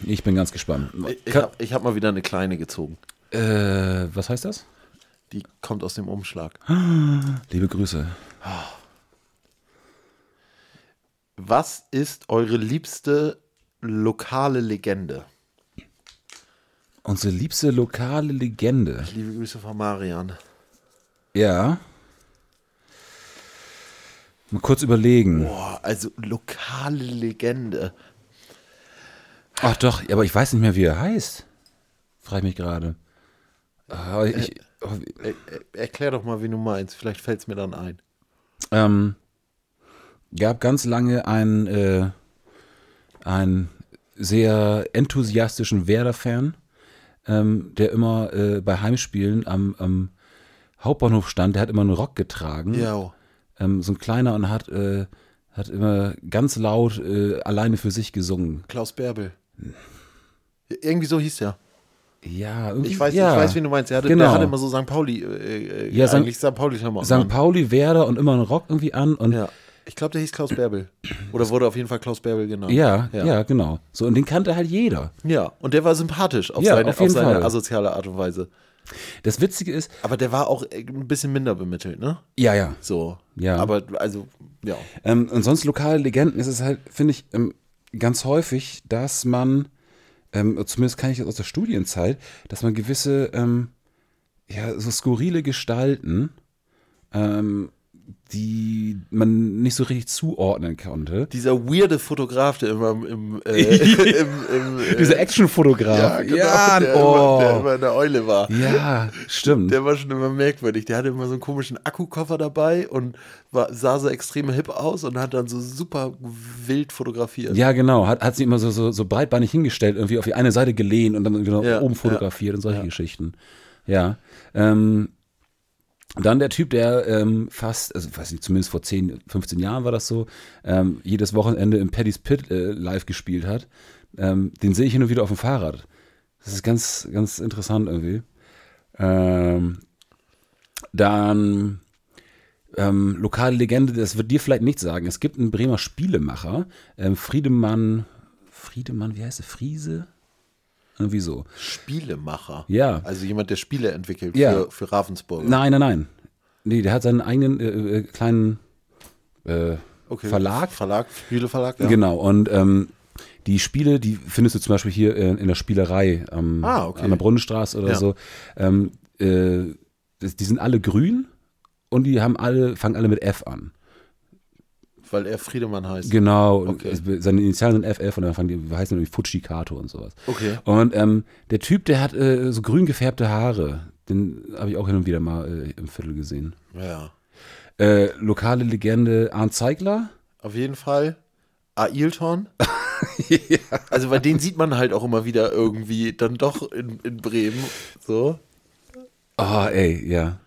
Speaker 2: Ich bin ganz gespannt.
Speaker 3: Ich, ich
Speaker 2: Ka-
Speaker 3: habe ich hab mal wieder eine kleine gezogen.
Speaker 2: äh, was heißt das?
Speaker 3: Die kommt aus dem Umschlag.
Speaker 2: Liebe Grüße.
Speaker 3: Was ist eure liebste lokale Legende?
Speaker 2: Unsere liebste lokale Legende.
Speaker 3: Liebe Grüße von Marian.
Speaker 2: Ja. Mal kurz überlegen.
Speaker 3: Boah, also lokale Legende.
Speaker 2: Ach doch, aber ich weiß nicht mehr, wie er heißt. Frage ich mich gerade. Ah, ich, oh, wie-
Speaker 3: Er, er, Äh, erklär doch mal, wie du meinst. Vielleicht fällt es mir dann ein.
Speaker 2: ähm, gab ganz lange einen, äh, einen sehr enthusiastischen Werder-Fan, ähm, der immer äh, bei Heimspielen am, am Hauptbahnhof stand. Der hat immer einen Rock getragen.
Speaker 3: Ja.
Speaker 2: Ähm, so ein kleiner und hat, äh, hat immer ganz laut äh, alleine für sich gesungen.
Speaker 3: Klaus Bärbel. Irgendwie so hieß er.
Speaker 2: Ja, irgendwie,
Speaker 3: Ich weiß,
Speaker 2: ja.
Speaker 3: ich weiß, wen du meinst. Er hatte,
Speaker 2: Genau.
Speaker 3: der hatte immer so St. Pauli, äh, äh,
Speaker 2: Ja, Sankt-
Speaker 3: eigentlich St. Pauli Klamotten
Speaker 2: St.
Speaker 3: an.
Speaker 2: Pauli, Werder und immer einen Rock irgendwie an und ja,
Speaker 3: Ja. Ich glaube, der hieß Klaus Bärbel. Oder wurde auf jeden Fall Klaus Bärbel genannt.
Speaker 2: ja,
Speaker 3: ja.
Speaker 2: genau. So und den kannte halt jeder.
Speaker 3: Ja, und der war sympathisch auf
Speaker 2: Ja,
Speaker 3: seine,
Speaker 2: auf
Speaker 3: auf
Speaker 2: jeden
Speaker 3: seine
Speaker 2: Fall.
Speaker 3: asoziale Art und Weise.
Speaker 2: Das Witzige ist,
Speaker 3: Aber der war auch äh, ein bisschen minder bemittelt, ne?
Speaker 2: ja, ja.
Speaker 3: So.
Speaker 2: Ja.
Speaker 3: Aber also, ja.
Speaker 2: Ähm, und sonst lokale Legenden ist es halt, finde ich, ähm, ganz häufig, dass man, ähm, zumindest kann ich das aus der Studienzeit, dass man gewisse, ähm, ja, so skurrile Gestalten, ähm, die man nicht so richtig zuordnen konnte.
Speaker 3: Dieser weirde Fotograf, der immer im, im, äh, im, im äh,
Speaker 2: Diese Actionfotograf.
Speaker 3: ja, genau, der,
Speaker 2: oh.
Speaker 3: immer, der immer in der Eule war.
Speaker 2: ja, stimmt.
Speaker 3: Der war schon immer merkwürdig. Der hatte immer so einen komischen Akkukoffer dabei und war, sah so extrem hip aus und hat dann so super wild fotografiert.
Speaker 2: Ja, genau. Hat, hat sie immer so, so, so breitbeinig hingestellt, irgendwie auf die eine Seite gelehnt und dann genau irgendwie nach
Speaker 3: Ja,
Speaker 2: oben
Speaker 3: ja.
Speaker 2: fotografiert ne, und solche Geschichten. Ja. Ähm, dann der Typ, der ähm, fast, also weiß nicht, zumindest vor 10, 15 Jahren war das so, ähm, jedes Wochenende im Paddy's Pit äh, live gespielt hat. Ähm, den sehe ich hin und wieder auf dem Fahrrad. Das ist ganz, ganz interessant irgendwie. Ähm, dann ähm, lokale Legende, das wird dir vielleicht nicht sagen. Es gibt einen Bremer Spielemacher, ähm, Friedemann, Friedemann, wie heißt er? Friese? Irgendwie so.
Speaker 3: Spielemacher.
Speaker 2: Ja.
Speaker 3: Also jemand, der Spiele entwickelt
Speaker 2: Ja.
Speaker 3: für, für Ravensburger.
Speaker 2: Nein, nein, nein. Nee, der hat seinen eigenen äh, äh, kleinen äh,
Speaker 3: Okay.
Speaker 2: Verlag.
Speaker 3: Verlag, Spieleverlag, ja.
Speaker 2: Genau, und ähm, die Spiele, die findest du zum Beispiel hier äh, in der Spielerei am,
Speaker 3: Ah, okay.
Speaker 2: an der Brunnenstraße oder
Speaker 3: Ja.
Speaker 2: so. Ähm, äh, das, die sind alle grün und die haben alle, fangen alle mit F an.
Speaker 3: Weil er Friedemann heißt.
Speaker 2: Genau, und
Speaker 3: Okay.
Speaker 2: es- seine Initialen sind FF und dann fangen die, heißen irgendwie Fuji Kato und sowas.
Speaker 3: Okay.
Speaker 2: Und ähm, der Typ, der hat äh, so grün gefärbte Haare. Den habe ich auch hin und wieder mal äh, im Viertel gesehen.
Speaker 3: Ja.
Speaker 2: Äh, lokale Legende Arndt Zeigler.
Speaker 3: Auf jeden Fall Ailton. Also bei denen sieht man halt auch immer wieder irgendwie dann doch in, in Bremen. So.
Speaker 2: Oh, ey, ja.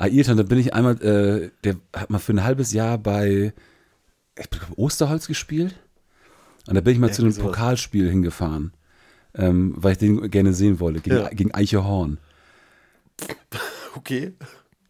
Speaker 2: Ayrton, da bin ich einmal, äh, der hat mal für ein halbes Jahr bei ich glaub, Osterholz gespielt. Und da bin ich mal zu einem
Speaker 3: sowas.
Speaker 2: Pokalspiel hingefahren, ähm, weil ich den gerne sehen wollte, gegen,
Speaker 3: Ja.
Speaker 2: gegen Eichehorn.
Speaker 3: Okay.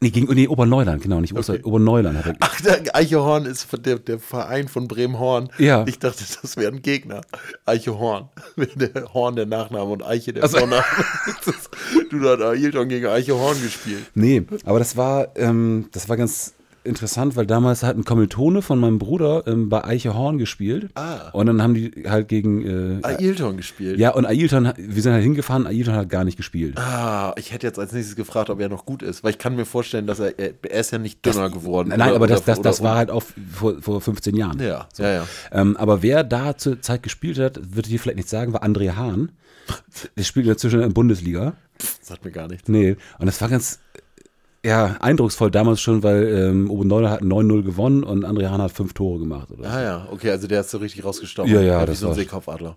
Speaker 2: Nee, gegen, nee Oberneuland, genau, nicht Oster,
Speaker 3: Okay.
Speaker 2: Oberneuland. Hat er,
Speaker 3: Ach, der Eichehorn ist von der, der Verein von Bremenhorn.
Speaker 2: Ja.
Speaker 3: Ich dachte, das wäre ein Gegner. Eichehorn. Der Horn der Nachname und Eiche der
Speaker 2: so.
Speaker 3: Vorname. Das ist- du da hast Ailton gegen Eichehorn gespielt.
Speaker 2: Nee, aber das war, ähm, das war ganz interessant, weil damals hat ein Kommilitone von meinem Bruder ähm, bei Eichehorn gespielt.
Speaker 3: Ah.
Speaker 2: Und dann haben die halt gegen. Äh,
Speaker 3: Ailton gespielt.
Speaker 2: ja, und Ailton, wir sind halt hingefahren, Ailton hat gar nicht gespielt.
Speaker 3: Ah, ich hätte jetzt als nächstes gefragt, ob er noch gut ist, weil ich kann mir vorstellen, dass er, er, er ist ja nicht dünner geworden.
Speaker 2: Nein,
Speaker 3: oder-
Speaker 2: aber das,
Speaker 3: oder-
Speaker 2: das, das
Speaker 3: oder-
Speaker 2: war halt auch vor, vor 15 Jahren.
Speaker 3: Ja, ja, ja.
Speaker 2: Ähm, aber wer da zur Zeit gespielt hat, würde ich dir vielleicht nicht sagen, war André Hahn. Der spielt inzwischen in der Bundesliga.
Speaker 3: Das hat mir gar nichts.
Speaker 2: Nee, und das war ganz ja, eindrucksvoll damals schon, weil ähm, Oben Neuner hat 9-0 gewonnen und André Hahn hat fünf Tore gemacht. Oder? so.
Speaker 3: Ah ja, okay, also der ist so richtig rausgestochen.
Speaker 2: Ja, ja,
Speaker 3: Wie
Speaker 2: das
Speaker 3: so ein
Speaker 2: war-
Speaker 3: Seekopfadler.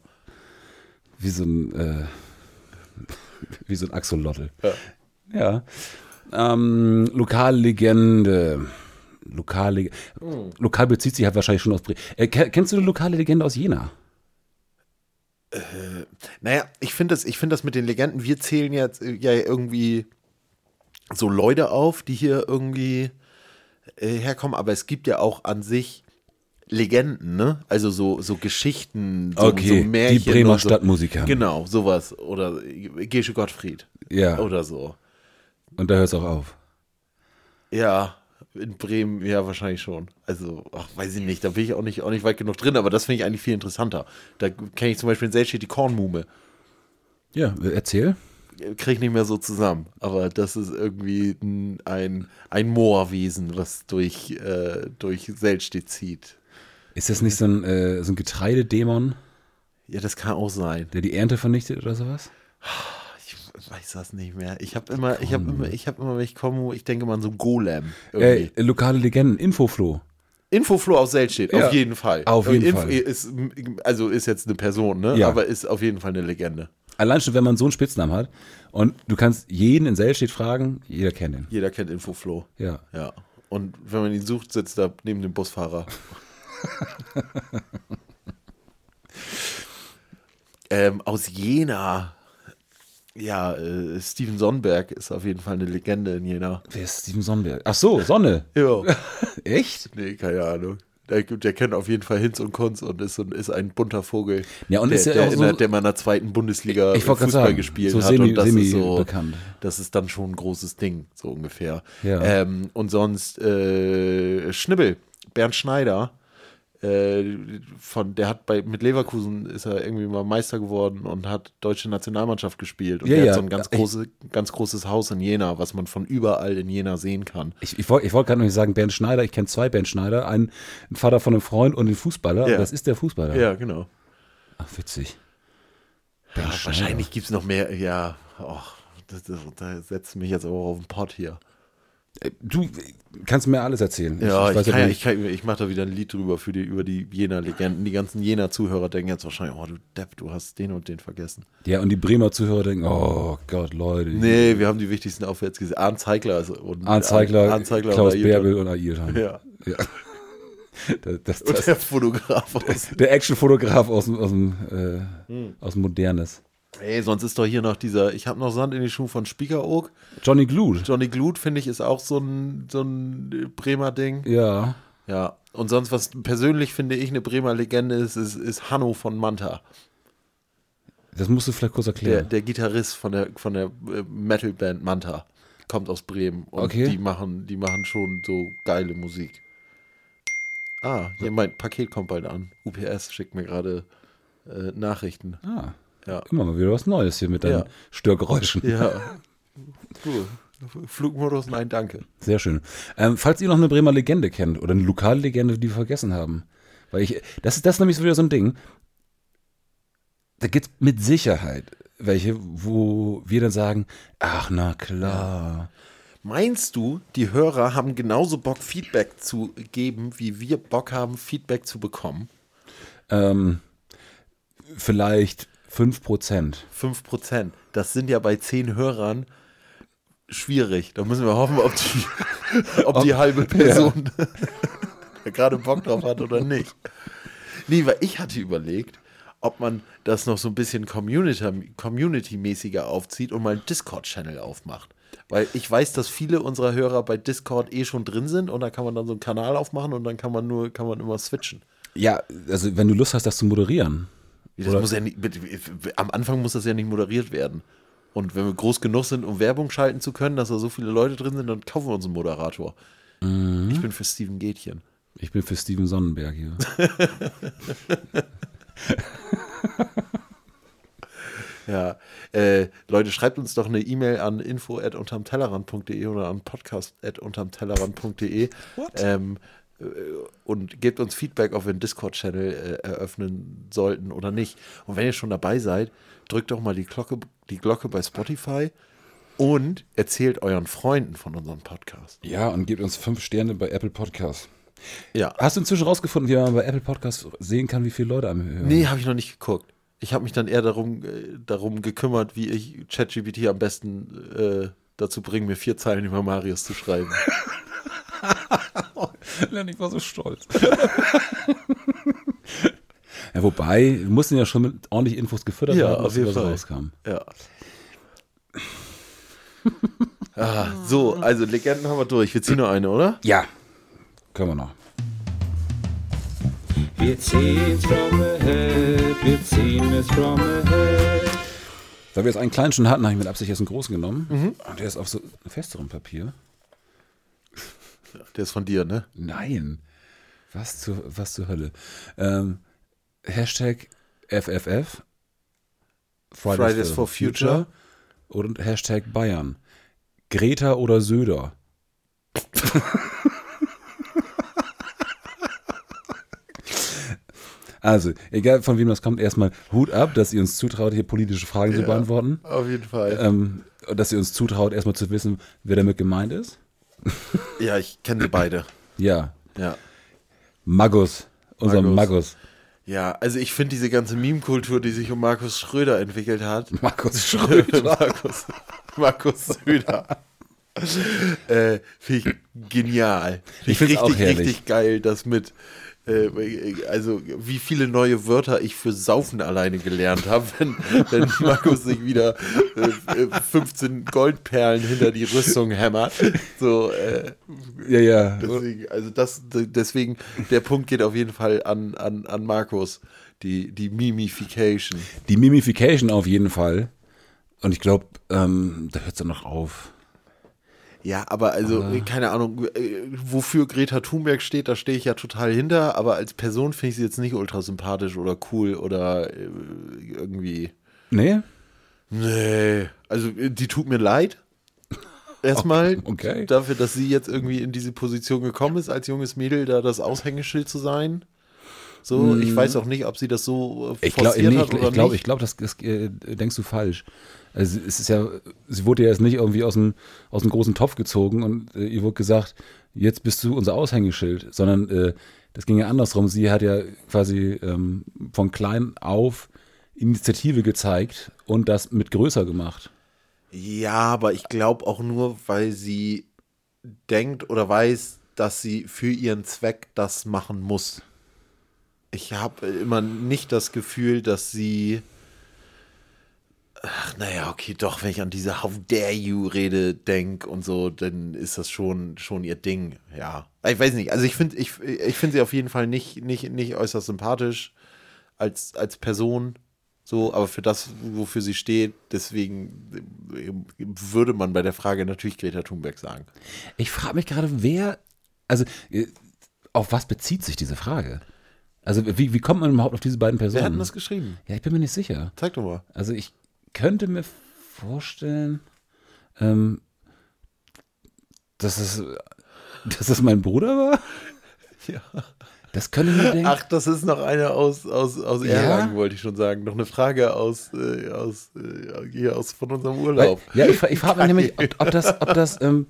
Speaker 2: Wie so ein, äh, wie so ein Axolotl.
Speaker 3: Ja.
Speaker 2: Ja. Ähm, Lokallegende. Lokal, Lokal bezieht sich halt wahrscheinlich schon auf Bre äh, ke- Kennst du eine lokale Legende aus Jena?
Speaker 3: Naja, ich finde das, ich find das mit den Legenden, wir zählen jetzt äh, ja irgendwie so Leute auf, die hier irgendwie äh, herkommen, aber es gibt ja auch an sich Legenden, ne? Also so, so Geschichten, so, so
Speaker 2: die
Speaker 3: Märchen.
Speaker 2: Bremer
Speaker 3: und so.
Speaker 2: Stadtmusiker.
Speaker 3: Genau, sowas. Oder äh, Gesche Gottfried.
Speaker 2: Ja,
Speaker 3: Oder so.
Speaker 2: und da hört es auch auf.
Speaker 3: Ja, in Bremen, ja, wahrscheinlich schon. Also, ach, weiß ich nicht, da bin ich auch nicht, auch nicht weit genug drin, aber das finde ich eigentlich viel interessanter. Da kenne ich zum Beispiel in Selchit die Kornmume.
Speaker 2: Ja, erzähl.
Speaker 3: Kriege ich nicht mehr so zusammen, aber das ist irgendwie ein, ein, ein Moorwesen, was durch, äh, durch Selchit zieht.
Speaker 2: Ist das nicht so ein, äh, so ein Getreidedämon,
Speaker 3: Ja, das kann auch sein.
Speaker 2: der die Ernte vernichtet oder sowas?
Speaker 3: Ich weiß das nicht mehr. Ich habe immer, ich habe immer, ich habe immer, wenn ich komme, ich denke mal an so einen Golem. irgendwie.
Speaker 2: Äh, lokale Legenden, Infoflo.
Speaker 3: Infoflow aus Selchit,
Speaker 2: Ja.
Speaker 3: auf jeden Fall.
Speaker 2: Auf jeden Fall.
Speaker 3: Ist, also ist jetzt eine Person, ne?
Speaker 2: Ja.
Speaker 3: Aber ist auf jeden Fall eine Legende.
Speaker 2: Allein schon, wenn man so einen Spitznamen hat und du kannst jeden in Selstedt fragen, jeder kennt ihn.
Speaker 3: Jeder kennt Infoflow.
Speaker 2: Ja.
Speaker 3: Ja. Und wenn man ihn sucht, sitzt er neben dem Busfahrer. ähm, aus Jena. Ja, äh, Steven Sonnenberg ist auf jeden Fall eine Legende in Jena.
Speaker 2: Wer ist Steven Sonnenberg? Ach so, Sonne.
Speaker 3: Ja.
Speaker 2: Echt?
Speaker 3: nee, keine Ahnung. Der, der kennt auf jeden Fall Hinz und Kunz und ist, so ein- ist ein bunter Vogel.
Speaker 2: Ja, und
Speaker 3: der,
Speaker 2: ist ja
Speaker 3: der,
Speaker 2: auch
Speaker 3: in
Speaker 2: so-
Speaker 3: der, der mal in der zweiten Bundesliga
Speaker 2: Ich wollt grad
Speaker 3: Fußball
Speaker 2: sagen,
Speaker 3: gespielt
Speaker 2: so
Speaker 3: hat.
Speaker 2: semi-
Speaker 3: und das ist so
Speaker 2: semi-bekannt.
Speaker 3: Das ist dann schon ein großes Ding, so ungefähr.
Speaker 2: Ja.
Speaker 3: Ähm, und sonst äh, Schnibbel, Bernd Schneider. äh, Von, der hat bei mit Leverkusen ist er irgendwie mal Meister geworden und hat deutsche Nationalmannschaft gespielt und
Speaker 2: Ja,
Speaker 3: der
Speaker 2: ja.
Speaker 3: hat so ein ganz,
Speaker 2: Ich-
Speaker 3: große, ganz großes Haus in Jena, was man von überall in Jena sehen kann.
Speaker 2: Ich, ich wollte ich wollt gerade noch nicht sagen, Bernd Schneider, ich kenne zwei Bernd Schneider, einen, einen Vater von einem Freund und den Fußballer.
Speaker 3: Ja.
Speaker 2: Das ist der Fußballer.
Speaker 3: Ja, genau.
Speaker 2: Ach, witzig.
Speaker 3: Ja, wahrscheinlich gibt es noch mehr, ja, och, das, das, da setzt mich jetzt aber auf den Pott hier.
Speaker 2: Du kannst mir alles erzählen.
Speaker 3: Ja, ich,
Speaker 2: weiß
Speaker 3: kann, ja-
Speaker 2: nicht.
Speaker 3: ich, kann, ich mache da wieder ein Lied drüber für die, über die Jena-Legenden. Die ganzen Jena-Zuhörer denken jetzt wahrscheinlich, oh du Depp, du hast den und den vergessen.
Speaker 2: Ja, und die Bremer Zuhörer denken, oh Gott, Leute.
Speaker 3: Nee, wir haben die wichtigsten aufwärts gesehen. Arndt Zeigler ist und
Speaker 2: Arndt Zeigler,
Speaker 3: Arndt Zeigler
Speaker 2: Klaus
Speaker 3: und Ayrton.
Speaker 2: Bärbel und Ayrton.
Speaker 3: Ja.
Speaker 2: ja. Das, das,
Speaker 3: Und
Speaker 2: das,
Speaker 3: der Fotograf aus.
Speaker 2: der Actionfotograf aus, dem- aus, dem, äh,
Speaker 3: Hm.
Speaker 2: aus dem Modernes.
Speaker 3: Ey, sonst ist doch hier noch dieser, ich habe noch Sand in die Schuhe von Spiekeroog.
Speaker 2: Johnny Glude.
Speaker 3: Johnny Glut, finde ich, ist auch so ein, so ein Bremer Ding.
Speaker 2: ja.
Speaker 3: Ja, und sonst, was persönlich finde ich eine Bremer Legende ist, ist, ist Hanno von Manta.
Speaker 2: Das musst du vielleicht kurz
Speaker 3: Der,
Speaker 2: erklären.
Speaker 3: der Gitarrist von der, von der äh, Metalband Manta kommt aus Bremen. Und
Speaker 2: Okay.
Speaker 3: die, machen, die machen schon so geile Musik. Ah, hier mein Paket kommt bald an. UPS schickt mir gerade äh, Nachrichten.
Speaker 2: ah,
Speaker 3: Ja.
Speaker 2: immer mal wieder was Neues hier mit deinen
Speaker 3: Ja.
Speaker 2: Störgeräuschen.
Speaker 3: Ja. cool. Flugmodus, nein, danke.
Speaker 2: Sehr schön. Ähm, falls ihr noch eine Bremer Legende kennt oder eine Lokallegende, die wir vergessen haben, weil ich, das ist das ist nämlich so wieder so ein Ding. Da gibt es mit Sicherheit welche, wo wir dann sagen, ach na klar.
Speaker 3: Meinst du, die Hörer haben genauso Bock, Feedback zu geben, wie wir Bock haben, Feedback zu bekommen?
Speaker 2: Ähm, vielleicht 5%.
Speaker 3: 5%. Das sind ja bei 10 Hörern schwierig. Da müssen wir hoffen, ob die, ob die halbe Person da gerade Bock drauf hat oder nicht. Nee, weil ich hatte überlegt, ob man das noch so ein bisschen Community- community-mäßiger aufzieht und mal einen Discord-Channel aufmacht. Weil ich weiß, dass viele unserer Hörer bei Discord eh schon drin sind und da kann man dann so einen Kanal aufmachen und dann kann man nur, kann man immer switchen.
Speaker 2: Ja, also wenn du Lust hast, das zu moderieren.
Speaker 3: Wie, Das muss ja nicht, mit- am Anfang muss das ja nicht moderiert werden. Und wenn wir groß genug sind, um Werbung schalten zu können, dass da so viele Leute drin sind, dann kaufen wir uns einen Moderator. Ich bin für Steven Gätchen.
Speaker 2: Ich bin für Steven Sonnenberg hier.
Speaker 3: Ja, äh, Leute, schreibt uns doch eine E-Mail an info@untermtellerrand.de oder an podcast@untermtellerrand.de ähm, äh, und gebt uns Feedback, ob wir einen Discord-Channel äh, eröffnen sollten oder nicht. Und wenn ihr schon dabei seid, drückt doch mal die Glocke, die Glocke bei Spotify und erzählt euren Freunden von unserem Podcast.
Speaker 2: ja, und gebt uns fünf Sterne bei Apple Podcast.
Speaker 3: Ja.
Speaker 2: Hast du inzwischen rausgefunden, wie man bei Apple Podcast sehen kann, wie viele Leute am hören?
Speaker 3: Nee, habe ich noch nicht geguckt. Ich habe mich dann eher darum, äh, darum gekümmert, wie ich ChatGPT am besten äh, dazu bringe, mir vier Zeilen über Marius zu schreiben.
Speaker 2: Lenny war so stolz. ja, wobei, wir mussten ja schon mit ordentlich Infos gefüttert
Speaker 3: Ja,
Speaker 2: werden,
Speaker 3: auf jeden
Speaker 2: da so
Speaker 3: Fall.
Speaker 2: rauskam.
Speaker 3: Ja. ah, so, also Legenden haben wir durch. Wir ziehen noch eine, oder?
Speaker 2: Ja. Können wir noch.
Speaker 4: Wir ziehen's from the head, wir ziehen es from the head.
Speaker 2: Weil wir jetzt einen kleinen schon hatten, habe ich mit Absicht jetzt einen großen genommen.
Speaker 3: Mhm.
Speaker 2: Und der ist auf so festerem Papier.
Speaker 3: Der ist von dir, ne?
Speaker 2: Nein. Was zur, was zur Hölle. Ähm, Hashtag FFF. Fridays,
Speaker 3: Fridays for Future.
Speaker 2: Und Hashtag Bayern. Greta oder Söder. Also, egal von wem das kommt, erstmal Hut ab, dass ihr uns zutraut, hier politische Fragen zu beantworten.
Speaker 3: Auf jeden Fall.
Speaker 2: Ähm, und dass ihr uns zutraut, erstmal zu wissen, wer damit gemeint ist.
Speaker 3: Äh, Ja, ich kenne die beide.
Speaker 2: Ja,
Speaker 3: Ja.
Speaker 2: Magus, unser Magus.
Speaker 3: Magus. Ja, also ich finde diese ganze Meme-Kultur, die sich um Markus Schröder entwickelt hat.
Speaker 2: Magus, Schröder.
Speaker 3: Markus, Markus Söder. äh, finde ich genial.
Speaker 2: Ich find's auch herrlich.
Speaker 3: richtig geil, das mit. äh, Also, wie viele neue Wörter ich für Saufen alleine gelernt habe, wenn, wenn Markus sich wieder äh, äh, 15 Goldperlen hinter die Rüstung hämmert. So, äh,
Speaker 2: Ja, ja.
Speaker 3: Deswegen, also das, de- deswegen, der Punkt geht auf jeden Fall an, an, an Markus, die, die Mimification.
Speaker 2: Die Mimification auf jeden Fall. Und ich glaube, ähm, da hört es dann noch auf.
Speaker 3: Ja, aber also,
Speaker 2: Ah.
Speaker 3: keine Ahnung, äh, wofür Greta Thunberg steht, da stehe ich ja total hinter, aber als Person finde ich sie jetzt nicht ultra sympathisch oder cool oder äh, irgendwie.
Speaker 2: Nee?
Speaker 3: Nee. Also, äh, die tut mir leid. Erstmal
Speaker 2: Okay.
Speaker 3: dafür, dass sie jetzt irgendwie in diese Position gekommen ist, als junges Mädel da das Aushängeschild zu sein. So, ich weiß auch nicht, ob sie das so äh,
Speaker 2: Hm. Ich glaube, nee,
Speaker 3: forciert
Speaker 2: ich,
Speaker 3: hat oder
Speaker 2: ich glaube,
Speaker 3: nicht.
Speaker 2: ich glaub, das, das äh, denkst du falsch. Also es ist ja, sie wurde ja jetzt nicht irgendwie aus dem, aus dem großen Topf gezogen und äh, ihr wurde gesagt, jetzt bist du unser Aushängeschild, sondern äh, das ging ja andersrum. Sie hat ja quasi ähm, von klein auf Initiative gezeigt und das mit größer gemacht.
Speaker 3: Ja, aber ich glaube auch nur, weil sie denkt oder weiß, dass sie für ihren Zweck das machen muss. Ich habe immer nicht das Gefühl, dass sie. Ach, naja, okay, doch, wenn ich an diese How dare you Rede denk und so, dann ist das schon, schon ihr Ding, ja. Ich weiß nicht, also ich finde ich, ich find sie auf jeden Fall nicht, nicht, nicht äußerst sympathisch als, als Person. So, aber für das, wofür sie steht, deswegen äh, würde man bei der Frage natürlich Greta Thunberg sagen.
Speaker 2: Ich frage mich gerade, wer, also äh, auf was bezieht sich diese Frage? Also wie, wie kommt man überhaupt auf diese beiden
Speaker 3: Wer
Speaker 2: Personen?
Speaker 3: hat denn das geschrieben?
Speaker 2: ja, ich bin mir nicht sicher.
Speaker 3: Zeig doch mal.
Speaker 2: Also ich könnte mir vorstellen, ähm, dass, es, dass es mein Bruder war.
Speaker 3: Ja.
Speaker 2: Das könnte ich mir denken.
Speaker 3: Ach, das ist noch eine aus, aus, aus
Speaker 2: Ja?
Speaker 3: Erlangen, wollte ich schon sagen. Noch eine Frage aus, äh, aus, äh, hier aus von unserem
Speaker 2: Weil,
Speaker 3: Urlaub.
Speaker 2: Äh, ja, ich, fra- ich frage mich nämlich, ob, ob das, ob das, ähm,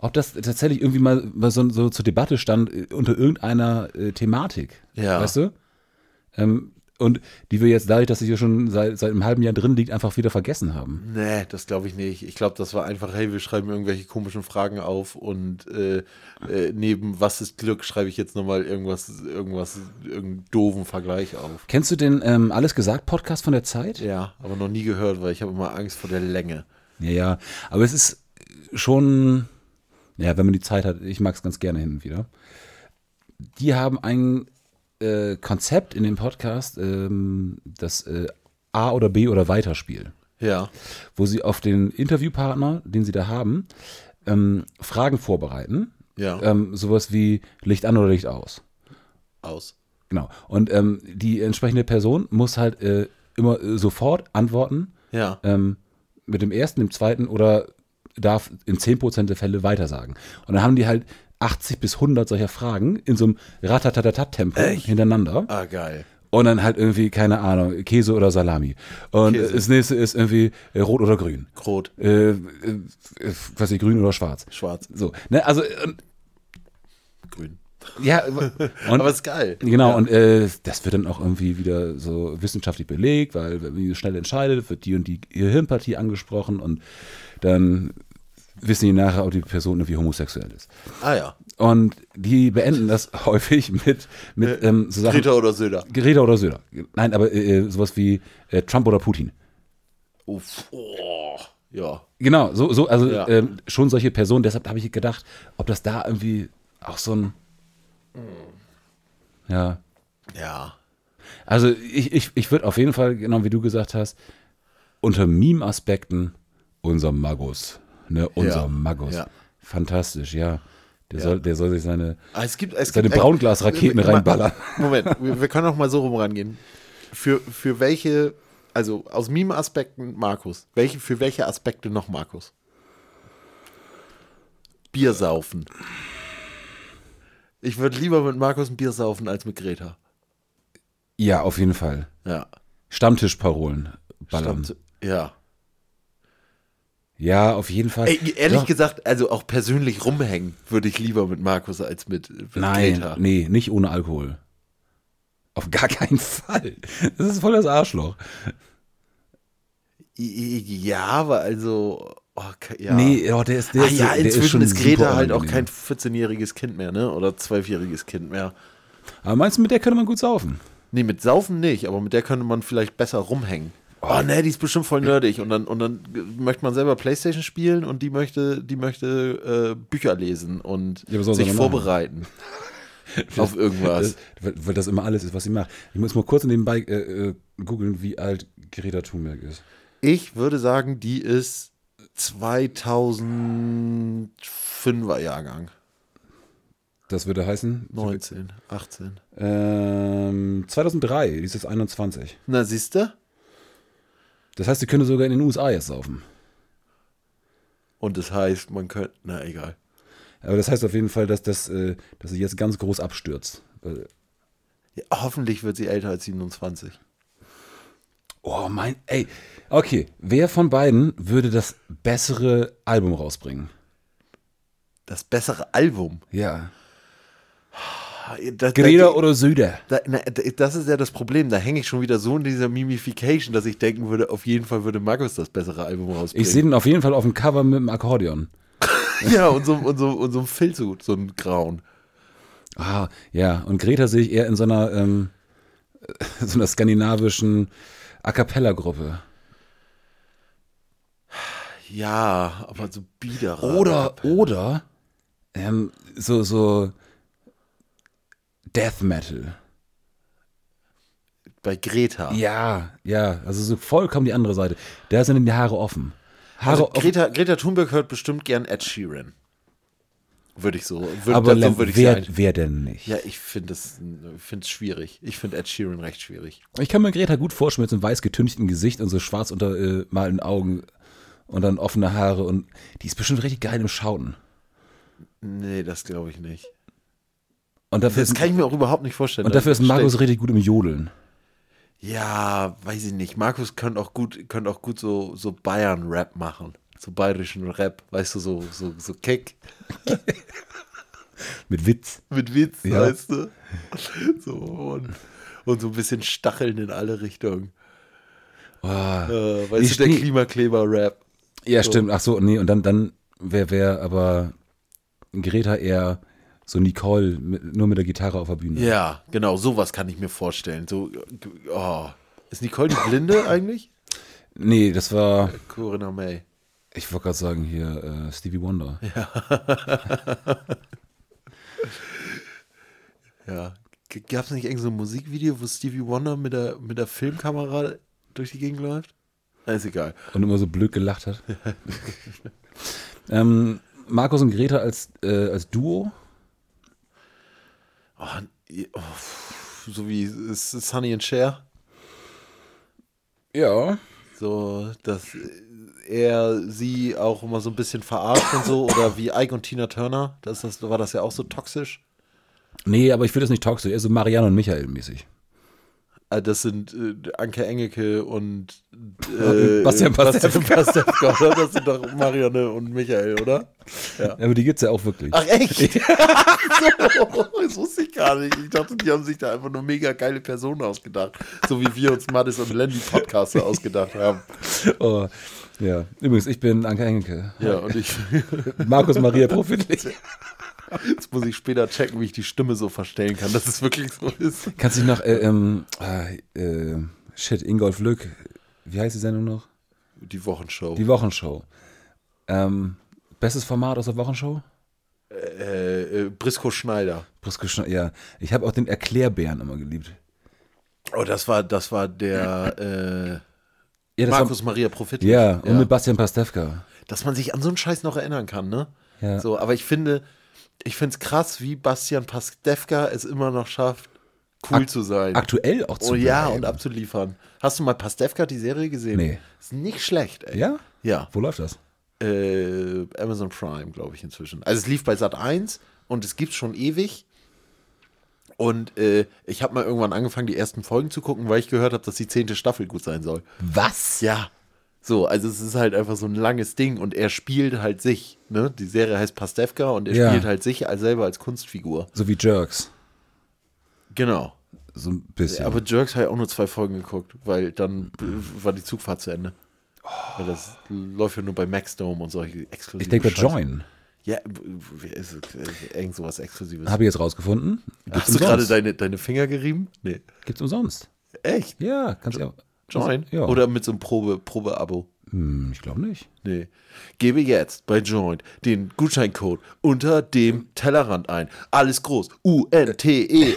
Speaker 2: ob das tatsächlich irgendwie mal, mal so, so zur Debatte stand äh, unter irgendeiner äh, Thematik.
Speaker 3: Ja.
Speaker 2: Weißt du? Ähm, und die wir jetzt dadurch, dass sie hier schon seit, seit einem halben Jahr drin liegt, einfach wieder vergessen haben.
Speaker 3: Nee, das glaube ich nicht. Ich glaube, das war einfach, hey, wir schreiben irgendwelche komischen Fragen auf und äh, äh, neben was ist Glück schreibe ich jetzt nochmal irgendwas, irgendwas, irgendeinen doofen Vergleich auf.
Speaker 2: Kennst du den ähm, Alles gesagt Podcast von der Zeit?
Speaker 3: Ja, aber noch nie gehört, weil ich habe immer Angst vor der Länge.
Speaker 2: Ja, ja. Aber es ist schon, ja, wenn man die Zeit hat, ich mag es ganz gerne hin und wieder. Die haben ein äh, Konzept in dem Podcast, ähm, das äh, A oder B oder Weiterspiel,
Speaker 3: Ja,
Speaker 2: wo sie auf den Interviewpartner, den sie da haben, ähm, Fragen vorbereiten.
Speaker 3: ja,
Speaker 2: Ähm, sowas wie Licht an oder Licht aus.
Speaker 3: aus.
Speaker 2: Genau. Und ähm, die entsprechende Person muss halt äh, immer äh, sofort antworten
Speaker 3: Ja,
Speaker 2: ähm, mit dem ersten, dem zweiten oder darf in 10% der Fälle weitersagen. Und dann haben die halt 80 bis 100 solcher Fragen in so einem Ratatatatat-Tempo hintereinander.
Speaker 3: ah, geil.
Speaker 2: Und dann halt irgendwie, keine Ahnung, Käse oder Salami. Und
Speaker 3: Käse.
Speaker 2: das nächste ist irgendwie äh, rot oder grün.
Speaker 3: Rot,
Speaker 2: Äh, äh, äh, was ich, grün oder schwarz.
Speaker 3: schwarz,
Speaker 2: So, ne, also, und,
Speaker 3: grün.
Speaker 2: ja, und,
Speaker 3: Aber ist geil.
Speaker 2: Genau, und äh, das wird dann auch irgendwie wieder so wissenschaftlich belegt, weil wenn man schnell entscheidet, wird die und die Hirnpartie angesprochen und dann wissen die nachher, ob die Person irgendwie homosexuell ist.
Speaker 3: Ah ja,
Speaker 2: Und die beenden das häufig mit, mit ähm, so Sachen.
Speaker 3: Äh, Greta oder Söder.
Speaker 2: Greta oder Söder. Nein, aber äh, sowas wie äh, Trump oder Putin.
Speaker 3: Uff. Oh. Ja,
Speaker 2: Genau, so, so also
Speaker 3: Ja.
Speaker 2: ähm, schon solche Personen. Deshalb habe ich gedacht, ob das da irgendwie auch so ein.
Speaker 3: Hm.
Speaker 2: Ja,
Speaker 3: ja.
Speaker 2: Also ich, ich, ich würde auf jeden Fall, genau wie du gesagt hast, unter Meme-Aspekten unser Magus. Ne, unser
Speaker 3: Ja,
Speaker 2: Magus.
Speaker 3: ja.
Speaker 2: Fantastisch, ja. Der, Soll, der soll sich seine.
Speaker 3: Ah, Es gibt, es
Speaker 2: Seine
Speaker 3: gibt-
Speaker 2: Braunglasraketen
Speaker 3: äh, mal-
Speaker 2: reinballern.
Speaker 3: Moment, wir, wir können auch mal so rum rangehen. Für, für welche, also aus Meme-Aspekten Markus, welche, für welche Aspekte noch Markus? Bier saufen. Ich würde lieber mit Markus ein Bier saufen als mit Greta.
Speaker 2: Ja, auf jeden Fall.
Speaker 3: Ja.
Speaker 2: Stammtischparolen ballern.
Speaker 3: Stammt- Ja.
Speaker 2: Ja, auf jeden Fall.
Speaker 3: Ey, ehrlich
Speaker 2: Äh, Ja.
Speaker 3: gesagt, also auch persönlich rumhängen würde ich lieber mit Markus als mit, mit
Speaker 2: Nein,
Speaker 3: Greta.
Speaker 2: nee, nicht ohne Alkohol. Auf gar keinen Fall. Das ist voll das Arschloch.
Speaker 3: I- i- Ja, aber also. Oh, ke- ja.
Speaker 2: Nee, oh, der ist der
Speaker 3: ah,
Speaker 2: ist,
Speaker 3: ja,
Speaker 2: der ist,
Speaker 3: inzwischen
Speaker 2: schon
Speaker 3: ist, Greta
Speaker 2: super
Speaker 3: halt auch
Speaker 2: unangenehm.
Speaker 3: kein 14-jähriges Kind mehr, ne? Oder 12-jähriges Kind mehr.
Speaker 2: Aber meinst du, mit der könnte man gut saufen?
Speaker 3: Nee, mit Saufen nicht, aber mit der könnte man vielleicht besser rumhängen. Oh, nee, die ist bestimmt voll nerdig. Und dann, und dann möchte man selber Playstation spielen und die möchte, die möchte äh, Bücher lesen und
Speaker 2: Ja, aber soll sie
Speaker 3: sich
Speaker 2: mal machen.
Speaker 3: vorbereiten. auf irgendwas.
Speaker 2: Weil, Äh, weil das immer alles ist, was sie macht. Ich muss mal kurz nebenbei äh, äh, googeln, wie alt Greta Thunberg ist.
Speaker 3: Ich würde sagen, die ist 2005er Jahrgang.
Speaker 2: Das würde heißen?
Speaker 3: 19, 18.
Speaker 2: Ähm, 2003, die ist jetzt 21.
Speaker 3: Na, siehst du?
Speaker 2: Das heißt, sie könnte sogar in den USA jetzt saufen.
Speaker 3: Und das heißt, man könnte. Na, egal.
Speaker 2: Aber das heißt auf jeden Fall, dass, das, äh, dass sie jetzt ganz groß abstürzt. Äh,
Speaker 3: Ja, hoffentlich wird sie älter als 27.
Speaker 2: Oh mein, ey. Okay, wer von beiden würde das bessere Album rausbringen?
Speaker 3: Das bessere Album.
Speaker 2: Ja.
Speaker 3: Ah, Da,
Speaker 2: Greta
Speaker 3: da,
Speaker 2: oder Söder?
Speaker 3: da, na, da- das ist ja das Problem. Da hänge ich schon wieder so in dieser Mimification, dass ich denken würde, auf jeden Fall würde Markus das bessere Album rausbringen.
Speaker 2: Ich sehe den auf jeden Fall auf dem Cover mit dem Akkordeon.
Speaker 3: ja, und so, und so, und so ein Filzhut, so ein Grauen.
Speaker 2: Ah, ja. Und Greta sehe ich eher in so einer, ähm, so einer skandinavischen A cappella-Gruppe.
Speaker 3: Ja, aber so biederer.
Speaker 2: Oder, oder ähm, so, so Death Metal.
Speaker 3: Bei Greta.
Speaker 2: Ja, ja. Also so vollkommen die andere Seite. Da sind die Haare offen. Haare
Speaker 3: Also
Speaker 2: offen.
Speaker 3: Greta, Greta Thunberg hört bestimmt gern Ed Sheeran. Würde ich so. Würd,
Speaker 2: aber
Speaker 3: das-
Speaker 2: Len,
Speaker 3: so würde ich
Speaker 2: wer,
Speaker 3: sagen.
Speaker 2: wer denn nicht?
Speaker 3: Ja, ich finde es find's schwierig. Ich finde Ed Sheeran recht schwierig.
Speaker 2: Ich kann mir Greta gut vorstellen mit so einem weiß getünchten Gesicht und so schwarz untermalten Augen und dann offene Haare und die ist bestimmt richtig geil im Schauten.
Speaker 3: Nee, das glaube ich nicht.
Speaker 2: Und dafür
Speaker 3: Das
Speaker 2: ist,
Speaker 3: kann ich mir auch überhaupt nicht vorstellen.
Speaker 2: und dafür ist
Speaker 3: Stell-
Speaker 2: Markus richtig gut im Jodeln.
Speaker 3: Ja, weiß ich nicht. Markus könnte auch gut, könnte auch gut so, so Bayern-Rap machen. So bayerischen Rap. Weißt du, so, so, so Kick.
Speaker 2: Mit Witz.
Speaker 3: Mit Witz,
Speaker 2: Ja.
Speaker 3: weißt du? So, und, und so ein bisschen Stacheln in alle Richtungen. Äh, weißt
Speaker 2: Ah. Ich
Speaker 3: du, der
Speaker 2: steh-
Speaker 3: Klimakleber-Rap.
Speaker 2: Ja, stimmt. Ach so, nee, und dann, dann wäre wär aber Greta eher so Nicole, mit, nur mit der Gitarre auf der Bühne.
Speaker 3: Ja, genau, sowas kann ich mir vorstellen. So, oh. Ist Nicole die Blinde eigentlich?
Speaker 2: Nee, das war,
Speaker 3: Corinna May.
Speaker 2: ich wollte gerade sagen, hier äh, Stevie Wonder.
Speaker 3: Ja. Gab es nicht irgend so ein Musikvideo, wo Stevie Wonder mit der, mit der Filmkamera durch die Gegend läuft? Na, ist egal.
Speaker 2: Und immer so blöd gelacht hat. ähm, Markus und Greta als, äh, als Duo.
Speaker 3: Oh, n- oh, pff, so wie S- Sunny and Cher.
Speaker 2: Ja.
Speaker 3: So, dass er sie auch immer so ein bisschen verarscht und so. Oder wie Ike und Tina Turner. Das, das, war das ja auch so toxisch.
Speaker 2: Nee, aber ich will das nicht toxisch, eher so Marianne und Michael mäßig.
Speaker 3: Ah, Das sind äh, Anke Engelke und äh,
Speaker 2: Bastian Pastewka.
Speaker 3: Pastewka, oder? Das sind doch Marianne und Michael, oder?
Speaker 2: Aber die gibt's ja auch wirklich.
Speaker 3: Ach echt? so, das wusste ich gar nicht. Ich dachte, die haben sich da einfach nur mega geile Personen ausgedacht. So wie wir uns Maddis und Lenny Podcaster ausgedacht haben.
Speaker 2: Oh, ja. Übrigens, ich bin Anke Engelke.
Speaker 3: Ja, und ich,
Speaker 2: Markus Maria Profitlich.
Speaker 3: jetzt muss ich später checken, wie ich die Stimme so verstellen kann, dass es wirklich so ist.
Speaker 2: Kannst dich noch, äh, ähm, äh, äh, shit, Ingolf Lück, wie heißt die Sendung noch?
Speaker 3: Die Wochenshow.
Speaker 2: Die Wochenshow. Ähm, bestes Format aus der Wochenshow?
Speaker 3: äh, äh, Brisco Schneider.
Speaker 2: Priske Schne- Ja, ich habe auch den Erklärbären immer geliebt.
Speaker 3: Oh, das war, das war der
Speaker 2: Ja,
Speaker 3: äh,
Speaker 2: das war-
Speaker 3: Markus Maria Profit.
Speaker 2: ja, und mit Bastian Pastewka.
Speaker 3: dass man sich an so einen Scheiß noch erinnern kann, ne?
Speaker 2: Ja.
Speaker 3: So, aber ich finde, ich finde es krass, wie Bastian Pastewka es immer noch schafft, cool zu sein.
Speaker 2: Aktuell auch zu
Speaker 3: Oh ja,
Speaker 2: bleiben.
Speaker 3: und abzuliefern. Hast du mal Pastewka die Serie gesehen?
Speaker 2: Nee.
Speaker 3: Ist nicht schlecht, ey.
Speaker 2: Ja?
Speaker 3: Ja.
Speaker 2: Wo läuft das?
Speaker 3: Äh, Amazon Prime, glaube ich, inzwischen. Also es lief bei Sat 1 und es gibt schon ewig. Und äh, ich habe mal irgendwann angefangen, die ersten Folgen zu gucken, weil ich gehört habe, dass die zehnte Staffel gut sein soll.
Speaker 2: Was?
Speaker 3: Ja. So, also es ist halt einfach so ein langes Ding und er spielt halt sich. Ne? Die Serie heißt Pastewka und er
Speaker 2: Ja.
Speaker 3: spielt halt sich als selber als Kunstfigur.
Speaker 2: So wie Jerks.
Speaker 3: Genau.
Speaker 2: So ein bisschen.
Speaker 3: Aber Jerks habe ich auch nur zwei Folgen geguckt, weil dann
Speaker 2: Hm.
Speaker 3: äh, war die Zugfahrt zu Ende. Weil das läuft ja nur bei Maxdome und solche exklusiven
Speaker 2: ich denke bei
Speaker 3: Scheiße.
Speaker 2: Join.
Speaker 3: Ja, äh, ist, äh, irgend sowas Exklusives.
Speaker 2: Habe ich jetzt rausgefunden. Gibt's
Speaker 3: Hast du gerade deine, deine Finger gerieben? Nee.
Speaker 2: Gibt's umsonst.
Speaker 3: Echt?
Speaker 2: Ja, kannst du ja.
Speaker 3: Join?
Speaker 2: Ja.
Speaker 3: Oder mit so einem Probe- Probe-Abo?
Speaker 2: Hm, ich glaube nicht.
Speaker 3: Nee. Gebe jetzt bei Joint den Gutscheincode unter dem Tellerrand ein. Alles groß. E U-N-T-E-R-M-T-E.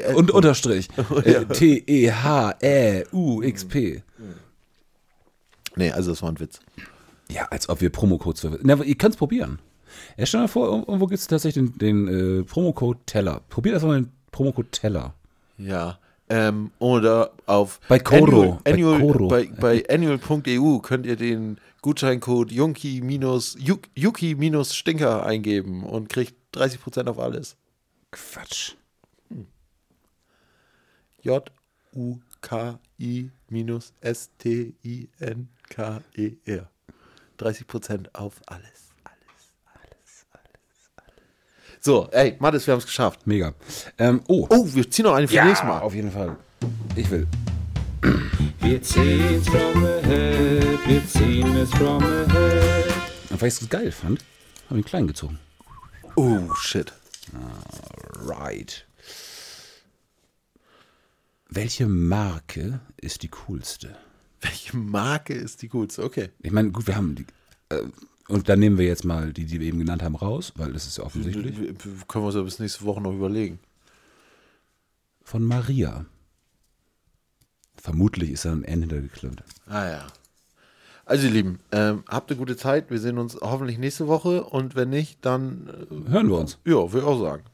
Speaker 2: Äh, und Unterstrich. Äh, T-E-H-E-U-X-P.
Speaker 3: Nee, also das war ein Witz.
Speaker 2: Ja, als ob wir Promocodes verwenden. Na, aber ihr könnt es probieren. Ja, stell dir mal vor, irgend- irgendwo gibt es tatsächlich den, den äh, Promocode Teller. Probiert erstmal den Promocode Teller.
Speaker 3: Ja. Ähm, oder auf
Speaker 2: Bei Koro. Bei
Speaker 3: Annual,
Speaker 2: Koro.
Speaker 3: annual, bei, bei annual.eu könnt ihr den Gutscheincode Junki minus Juk- Yuki minus Stinker eingeben und kriegt 30% auf alles.
Speaker 2: Quatsch.
Speaker 3: J U K I minus S T I N K E R. 30% auf alles, alles, alles, alles, alles. So, ey, Mathis, wir haben es geschafft.
Speaker 2: Mega. Ähm, oh,
Speaker 3: Oh, wir ziehen noch eine für nächstes Mal.
Speaker 2: auf jeden Fall. Ich will.
Speaker 4: Wir ziehen's from the head, wir ziehen es from the head.
Speaker 2: Und weil ich es geil fand, habe ich ihn klein gezogen.
Speaker 3: Oh, shit.
Speaker 2: Right. Welche Marke ist die coolste?
Speaker 3: Welche Marke ist die coolste? Okay.
Speaker 2: Ich meine, gut, wir haben die. Äh, und dann nehmen wir jetzt mal die, die wir eben genannt haben, raus, weil das ist ja offensichtlich.
Speaker 3: W- w- Können wir uns ja bis nächste Woche noch überlegen.
Speaker 2: Von Maria. Vermutlich ist er am Ende hintergeklemmt.
Speaker 3: Ah ja. Also ihr Lieben, ähm, habt eine gute Zeit. Wir sehen uns hoffentlich nächste Woche und wenn nicht, dann
Speaker 2: Hören wir uns.
Speaker 3: äh, ja, würde ich auch sagen.